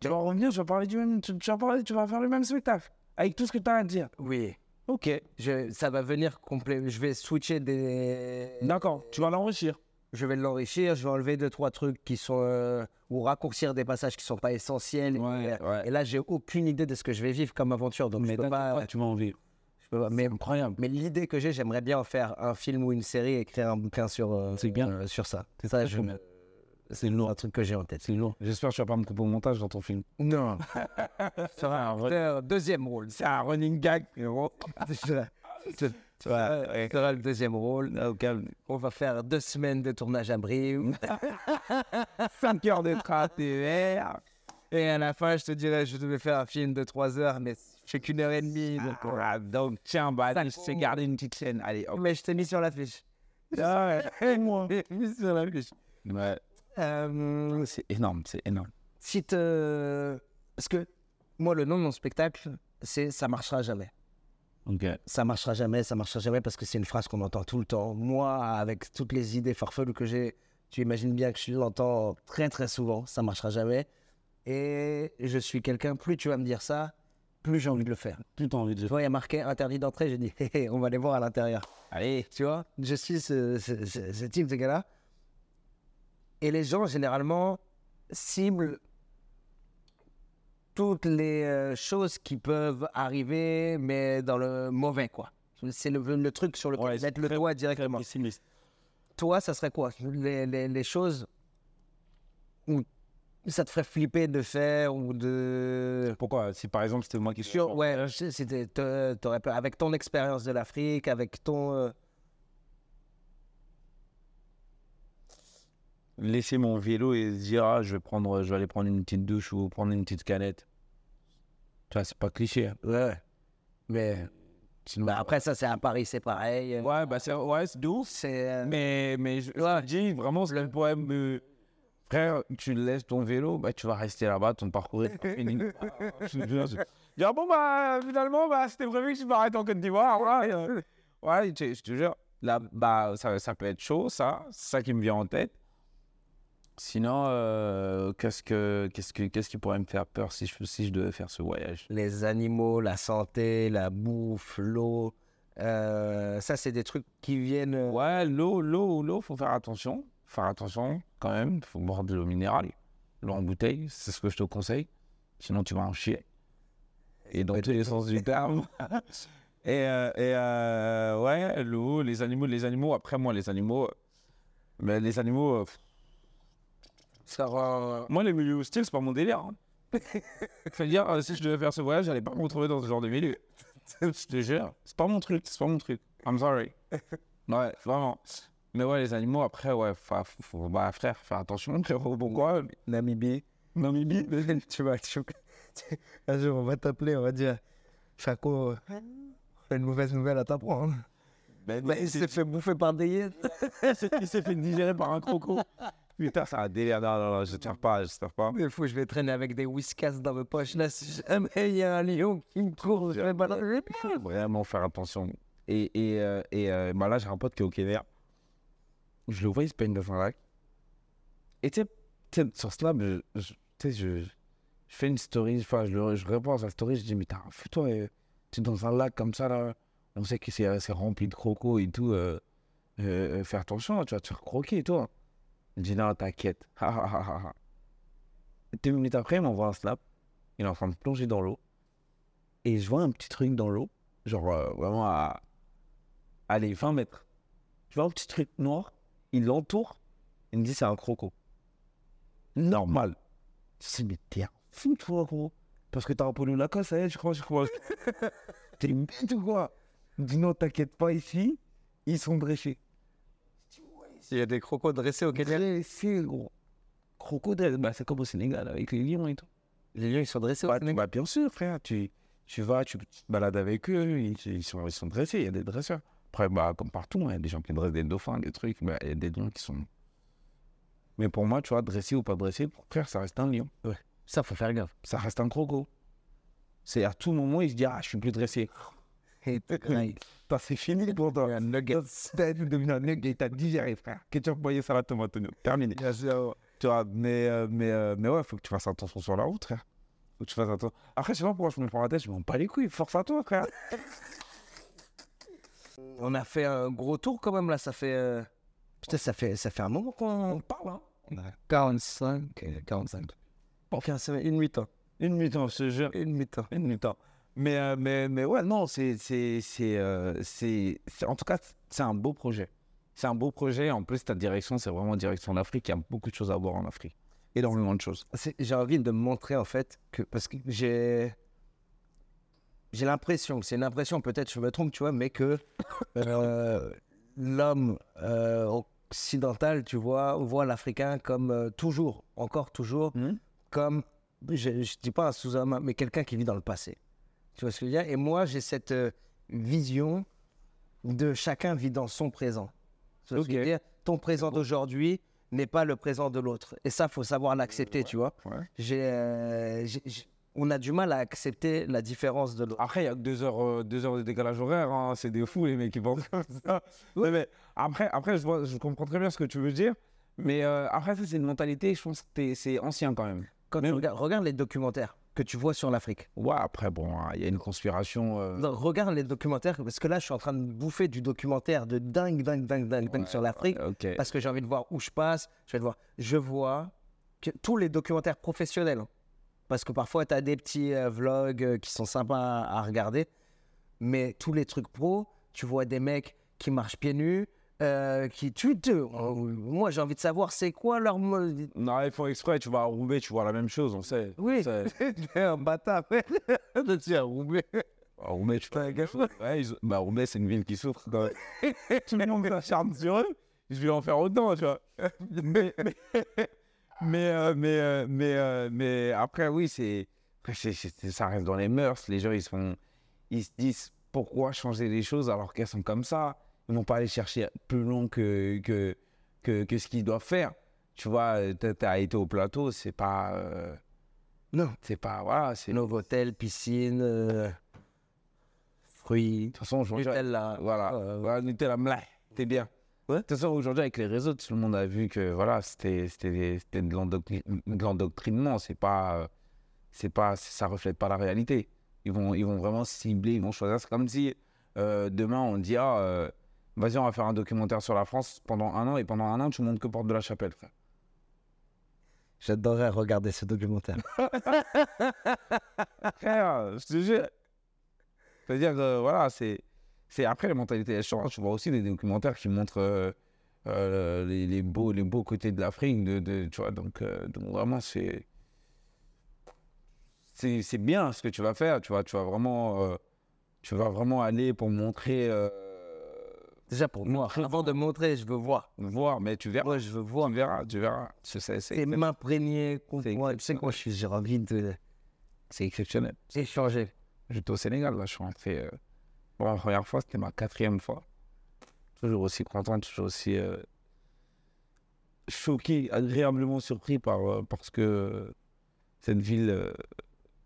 B: Tu vas revenir, tu vas parler du même, tu, tu vas parler, tu vas faire le même spectacle avec tout ce que t'as à dire.
C: Oui.
B: Ok.
C: Je, ça va venir complet. Je vais switcher des.
B: D'accord. Tu vas l'enrichir.
C: Je vais l'enrichir. Je vais enlever deux trois trucs qui sont euh, ou raccourcir des passages qui sont pas essentiels.
B: Ouais,
C: et, euh,
B: ouais.
C: et là, j'ai aucune idée de ce que je vais vivre comme aventure. Donc je peux pas.
B: tu m'as envie.
C: je peux pas- mais
B: C'est incroyable.
C: mais l'idée que j'ai, j'aimerais bien en faire un film ou une série et écrire un bouquin sur. euh,
B: C'est bien.
C: euh, sur ça. C'est ça. je- C'est lourd. Un truc que j'ai en tête.
B: C'est lourd. J'espère que tu vas pas me couper au montage dans ton film.
C: Non.
A: C'est un, re-
C: Euh, Deuxième rôle. (laughs)
A: c'est un running gag,
B: (laughs)
A: gros.
C: C'est- c'est-
A: Ouais,
C: Euh,
A: ouais.
C: Ce sera le deuxième rôle.
A: Au calme.
C: On va faire deux semaines de tournage à Brive.
A: 5 heures de TR.
C: et à la fin, je te dirais, je devais faire un film de trois heures, mais je fais qu'une heure et demie. donc, euh,
A: Ah, donc, tiens, bah,
C: Ça
A: je sais garder une petite scène. Allez,
C: (laughs)
A: hop.
C: Ah. Mais je t'ai mis sur l'affiche.
A: Ah, ouais. Moi.
C: Je t'ai mis sur l'affiche.
A: Ouais.
C: Euh,
A: C'est énorme, c'est énorme.
C: si te... Parce que moi, le nom de mon spectacle, c'est Ça marchera jamais.
A: Ok.
C: Ça marchera jamais, ça marchera jamais, parce que c'est une phrase qu'on entend tout le temps. Moi, avec toutes les idées farfelues que j'ai, tu imagines bien que je l'entends très très souvent. Ça marchera jamais. Et je suis quelqu'un, plus tu vas me dire ça, plus j'ai envie de le faire.
B: Plus t'as envie
C: Tu
B: de.
C: vois, il y a marqué interdit d'entrée. J'ai dit, (laughs) hé, hé, on va aller voir à l'intérieur.
A: Allez.
C: Tu vois, je suis ce, ce- ce- ce type de gars-là. Et les gens, généralement, ciblent toutes les euh, choses qui peuvent arriver, mais dans le mauvais, quoi. C'est le, le truc sur lequel
B: Ouais,
C: ils mettent le doigt directement. Toi, ça serait quoi les, les- les choses où ça te ferait flipper de faire ou de...
B: euh,
A: Pourquoi Si par exemple, c'était moi qui suis.
C: Sur, ouais, je sais, c'était, t'a- t'aurais peur- avec ton expérience de l'Afrique, avec ton... euh,
B: Laisser mon vélo et se dire ah, je vais prendre, je vais aller prendre une petite douche ou prendre une petite canette. Tu vois, c'est pas cliché. hein.
C: Ouais. Mais bah, après, ça, c'est à Paris, c'est pareil.
A: Ouais, bah, c'est ouais, c'est de ouf.
C: C'est. euh,
A: Mais, mais je, je te dis vraiment, c'est le poème. euh, frère, tu laisses ton vélo, bah, tu vas rester là-bas, ton parcours est pas fini. Ah, je te jure, je- Dire, bon, bah, finalement, bah, c'était prévu que tu m'arrêtes en Côte d'Ivoire. Ouais, euh, ouais, tu- je te jure, là, bah, ça, ça peut être chaud, ça. C'est ça qui me vient en tête.
B: Sinon, euh, qu'est-ce que, qu'est-ce que, qu'est-ce qui pourrait me faire peur si je, si je devais faire ce voyage
C: Les animaux, la santé, la bouffe, l'eau. euh, ça, c'est des trucs qui viennent. euh,
B: Ouais, l'eau, l'eau, l'eau, faut faire attention. Faire attention quand même, faut boire de l'eau minérale. L'eau en bouteille, c'est ce que je te conseille. Sinon, tu vas en chier. Et dans tous les sens du terme.
A: (laughs) Et, euh, et, euh, ouais, l'eau, les animaux, les animaux, après moi, les animaux. euh, Mais les animaux. euh, pff, euh,
C: ça rend-
A: moi, les milieux hostiles, c'est pas mon délire. hein. C'est-à-dire, euh, si je devais faire ce voyage, j'allais pas me retrouver dans ce genre de milieu. je te jure. C'est pas mon truc, c'est pas mon truc. I'm sorry. Ouais, vraiment. Mais ouais, les animaux, après, ouais, fa- faut, faut- bah, frère, faire attention, (laughs) frérot, pourquoi mais-
C: Namibie.
A: Namibie
C: (laughs) tu vas. Tu... tu- (laughs) Un jour, on va t'appeler, on va dire. Chaco, euh, on a une mauvaise nouvelle à (laughs) t'apprendre. Bah, il s'est fait bouffer par des hyènes.
A: Il s'est fait digérer par un croco. Putain, c'est un délire. Non, non, non, je te pas, je te pas.
C: Des fois, Ah, je vais traîner avec des whiskas dans mes poches. Là, si jamais il y a un lion qui me court, je vais balancer.
A: Vraiment faire attention. Et, et, euh, et, euh, bah là, j'ai un pote qui est au Québec. Je le vois, il se peigne dans un lac. Et tu sais, tu sais, sur Snap, je, je- tu sais, je, je fais une story, enfin, je, le- je réponds à sa story, je dis, mais t'as un fou, toi, euh, tu es dans un lac comme ça, là. On sait que c'est c'est rempli de crocos et tout. euh, euh, euh, faire ton champ, tu vas te faire croquer, toi. Il dit, non, t'inquiète. (laughs) Ha, ha, ha, ha, ha. Deux minutes après, il m'envoie un snap. Il est en train de plonger dans l'eau. Et je vois un petit truc dans l'eau, genre euh, vraiment à allez, 20 mètres. Je vois un petit truc noir, il l'entoure, il me dit c'est un croco. Normal. Je dis mais t'es un fou toi gros. Parce que t'as un polo Lacoste, ça y est, je crois, je crois. t'es bête ou quoi Il me dit non, t'inquiète pas ici, ils sont dressés.
C: Il y a des crocos dressés au Kenya.
A: Dressés gros. Crocodile, bah c'est comme au Sénégal avec les lions et tout.
C: Les lions, ils sont dressés au
A: Bah,
C: Sénégal.
A: bah, bien sûr, frère. Tu, tu vas, tu, tu te balades avec eux, ils, ils sont, ils sont dressés, il y a des dresseurs. Après, bah, comme partout, hein, il y a des gens qui dressent des dauphins, des trucs, bah, il y a des lions qui sont. Mais pour moi, tu vois, dressé ou pas dressé, frère, ça reste un lion.
C: Ça, faut faire gaffe.
A: Ça reste un croco. C'est à tout moment, il se dit, ah, je suis plus dressé.
J: Putain, c'est fini pour toi.
C: euh,
J: Un nugget. Tu deviens un nugget, t'as digéré, frère. Ketchup, moyen, salade, tomate, oignon. Terminé. Tu vois, mais, euh, mais, euh, mais ouais, faut que tu fasses attention sur la route, frère. Faut que tu fasses attention. Après, je sais pas pourquoi je me prends la tête, je m'en bats les couilles. Force à toi, frère.
C: On a fait un gros tour quand même là, ça fait. euh, Putain, ça fait, ça fait un moment qu'on parle. Hein. 45, euh, 45. Bon, 15, une mi-temps.
J: Une minute, on se jure.
C: Une mi-temps.
J: Une minute. hein.
A: Mais, euh, mais, mais ouais, non, c'est. c'est- c'est, euh, c'est- c'est- En tout cas, c'est un beau projet. C'est un beau projet. En plus, ta direction, c'est vraiment direction l'Afrique. Il y a beaucoup de choses à voir en Afrique. Énormément de choses.
C: C'est- J'ai envie de me montrer en fait que. Parce que j'ai. J'ai l'impression, c'est une impression, peut-être je me trompe, tu vois, mais (coughs) que euh, l'homme euh, occidental, tu vois, voit l'Africain comme euh, toujours, encore toujours,
A: Mhm.
C: comme, je ne dis pas un sous-homme, mais quelqu'un qui vit dans le passé. Tu vois ce que je veux dire Et moi, j'ai cette euh, vision de chacun vit dans son présent. Tu vois ce que je veux dire Ton présent d'aujourd'hui n'est pas le présent de l'autre. Et ça, faut savoir l'accepter, tu vois.
J: ouais.
C: J'ai, euh, j'ai- j'ai- on a du mal à accepter la différence de l'autre.
J: Après, il y a que deux heures, euh, deux heures de décalage horaire. hein. C'est des fous, les mecs qui pensent comme ça. Ouais, mais après, après je, vois- je comprends très bien ce que tu veux dire. Mais euh, après, ça, c'est une mentalité, je pense que t'es- c'est ancien quand même.
C: Quand tu
J: Même-
C: regardes, regarde les documentaires que tu vois sur l'Afrique.
A: Ouais, après, bon, hein, il y a une conspiration. euh,
C: Non, regarde les documentaires, parce que là, je suis en train de bouffer du documentaire de dingue, dingue, dingue, dingue, dingue sur l'Afrique,
A: Ok.
C: parce que j'ai envie de voir où je passe, j'ai envie de voir. Je vois que tous les documentaires professionnels, hein, parce que parfois, tu as des petits euh, vlogs euh, qui sont sympas à, à regarder, mais tous les trucs pro, tu vois des mecs qui marchent pieds nus, euh, qui tuent deux. Moi, j'ai envie de savoir c'est quoi leur. mo-
J: Non, ils font exprès, tu vas à Roubaix, tu vois la même chose, on sait.
C: Oui. (laughs)
J: C'est-
C: un bâtard, (laughs) je suis à Roubaix.
A: Bah, Roubaix, tu vois. Ouais, ils- bah, Roubaix, c'est une ville qui souffre. (laughs) quand même.
J: tout le monde s'acharne sur eux, je vais en faire autant, tu vois. mais, mais,
A: (laughs)
J: mais, euh, mais, euh, mais, euh, mais
A: Après, oui, c'est. après, c'est- c'est- Ça reste dans les mœurs. Les gens, ils, sont... ils se disent pourquoi changer les choses alors qu'elles sont comme ça. Ils vont pas aller chercher plus long que, que, que, que ce qu'ils doivent faire. Tu vois, euh, t'as t'as été au plateau, c'est pas. euh,
C: Non.
A: C'est pas. Voilà, c'est. De
C: Novotel, piscine, euh, fruits,
A: toute façon, aujourd'hui.
C: Nutella.
A: Voilà.
C: Euh,
A: Voilà, Nutella, mlah, t'es bien. De toute façon, aujourd'hui, avec les réseaux, tout le monde a vu que voilà, c'était c'était- c'était de l'endoctri- de l'endoctrinement. C'est pas, euh, c'est pas, ça reflète pas la réalité. Ils vont, ils vont vraiment cibler, ils vont choisir. C'est comme si euh, demain on dit ah, euh, vas-y, on va faire un documentaire sur la France pendant un an et pendant un an, tu montes que Porte de la Chapelle, frère.
C: J'adorerais regarder ce documentaire.
A: Frère, je te jure. C'est-à-dire que euh, voilà, c'est, c'est après les mentalités elles changent. Tu vois aussi des documentaires qui montrent euh, euh, les, les beaux, les beaux côtés de l'Afrique. De, de- tu vois, donc, euh, donc vraiment, c'est, c'est, c'est bien ce que tu vas faire. Tu vois, tu vas vraiment, euh, tu vas vraiment aller pour montrer, euh,
C: Déjà pour moi, avant de montrer, je veux voir.
A: voir, mais tu verras,
C: Moi, je veux voir.
A: tu verras, tu verras. C'est, c'est, c'est,
C: C'est m'imprégner, comprendre.
A: C'est
C: Tu sais quoi, je suis- j'ai envie de
A: c'est exceptionnel.
C: échanger.
A: J'étais au Sénégal, là, je suis rentré euh, pour la première fois, c'était ma quatrième fois. Toujours aussi content, toujours aussi euh, choqué, agréablement surpris par, euh, par ce que euh, cette ville euh,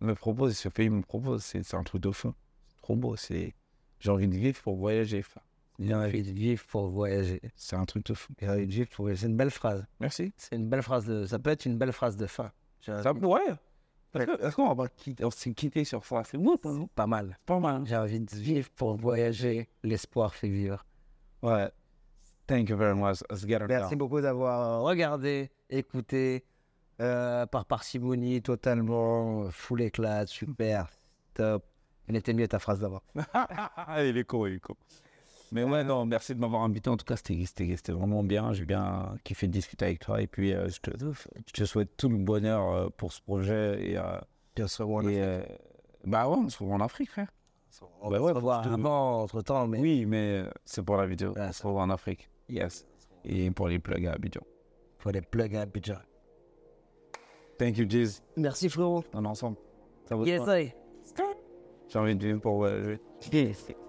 A: me propose, ce pays me propose. C'est c'est un truc de fond. C'est trop beau, c'est J'ai envie de vivre pour voyager. Enfin,
C: J'ai envie de vivre pour voyager.
A: c'est un truc de fou.
C: J'ai envie de vivre pour voyager. C'est une belle phrase.
A: Merci.
C: C'est une belle phrase de... Ça peut être une belle phrase de fin. J'ai envie-
A: Ça, ouais. Parce que- Est-ce qu'on va pas quitter- on s'est quitté sur ça C'est bon, pas
C: C'est pas mal.
A: pas mal.
C: J'ai envie de vivre pour voyager. L'espoir fait vivre.
A: Ouais. Thank you very much. Let's get it
C: Merci
A: down.
C: beaucoup d'avoir regardé, écouté, euh, par parcimonie, totalement, full éclat, super, top. Elle était mieux ta phrase d'avant.
A: il est con, il est con. Mais ouais, non, merci de m'avoir invité. En tout cas, c'était- c'était c'était vraiment bien. J'ai bien kiffé de discuter avec toi. Et puis, euh, je, te, je te souhaite tout le bonheur euh, pour ce projet. Et, euh,
C: Bien sûr, on
A: et, euh, bah ouais, on se retrouve en Afrique, frère.
C: on
A: bah
C: va
A: ouais,
C: se revoir
A: faut que je te-
C: avant, entre temps, mais
A: Oui, mais euh, c'est pour la vidéo.
C: Ah,
A: on se retrouve en Afrique. Yes. Et pour les plugs à Abidjan.
C: faut les plugs à Abidjan.
A: Thank you, Jeez.
C: Merci frérot.
A: On est ensemble. Ça vaut
C: Yes,
A: euh, ça. J'ai envie de vivre pour voyager.
C: I.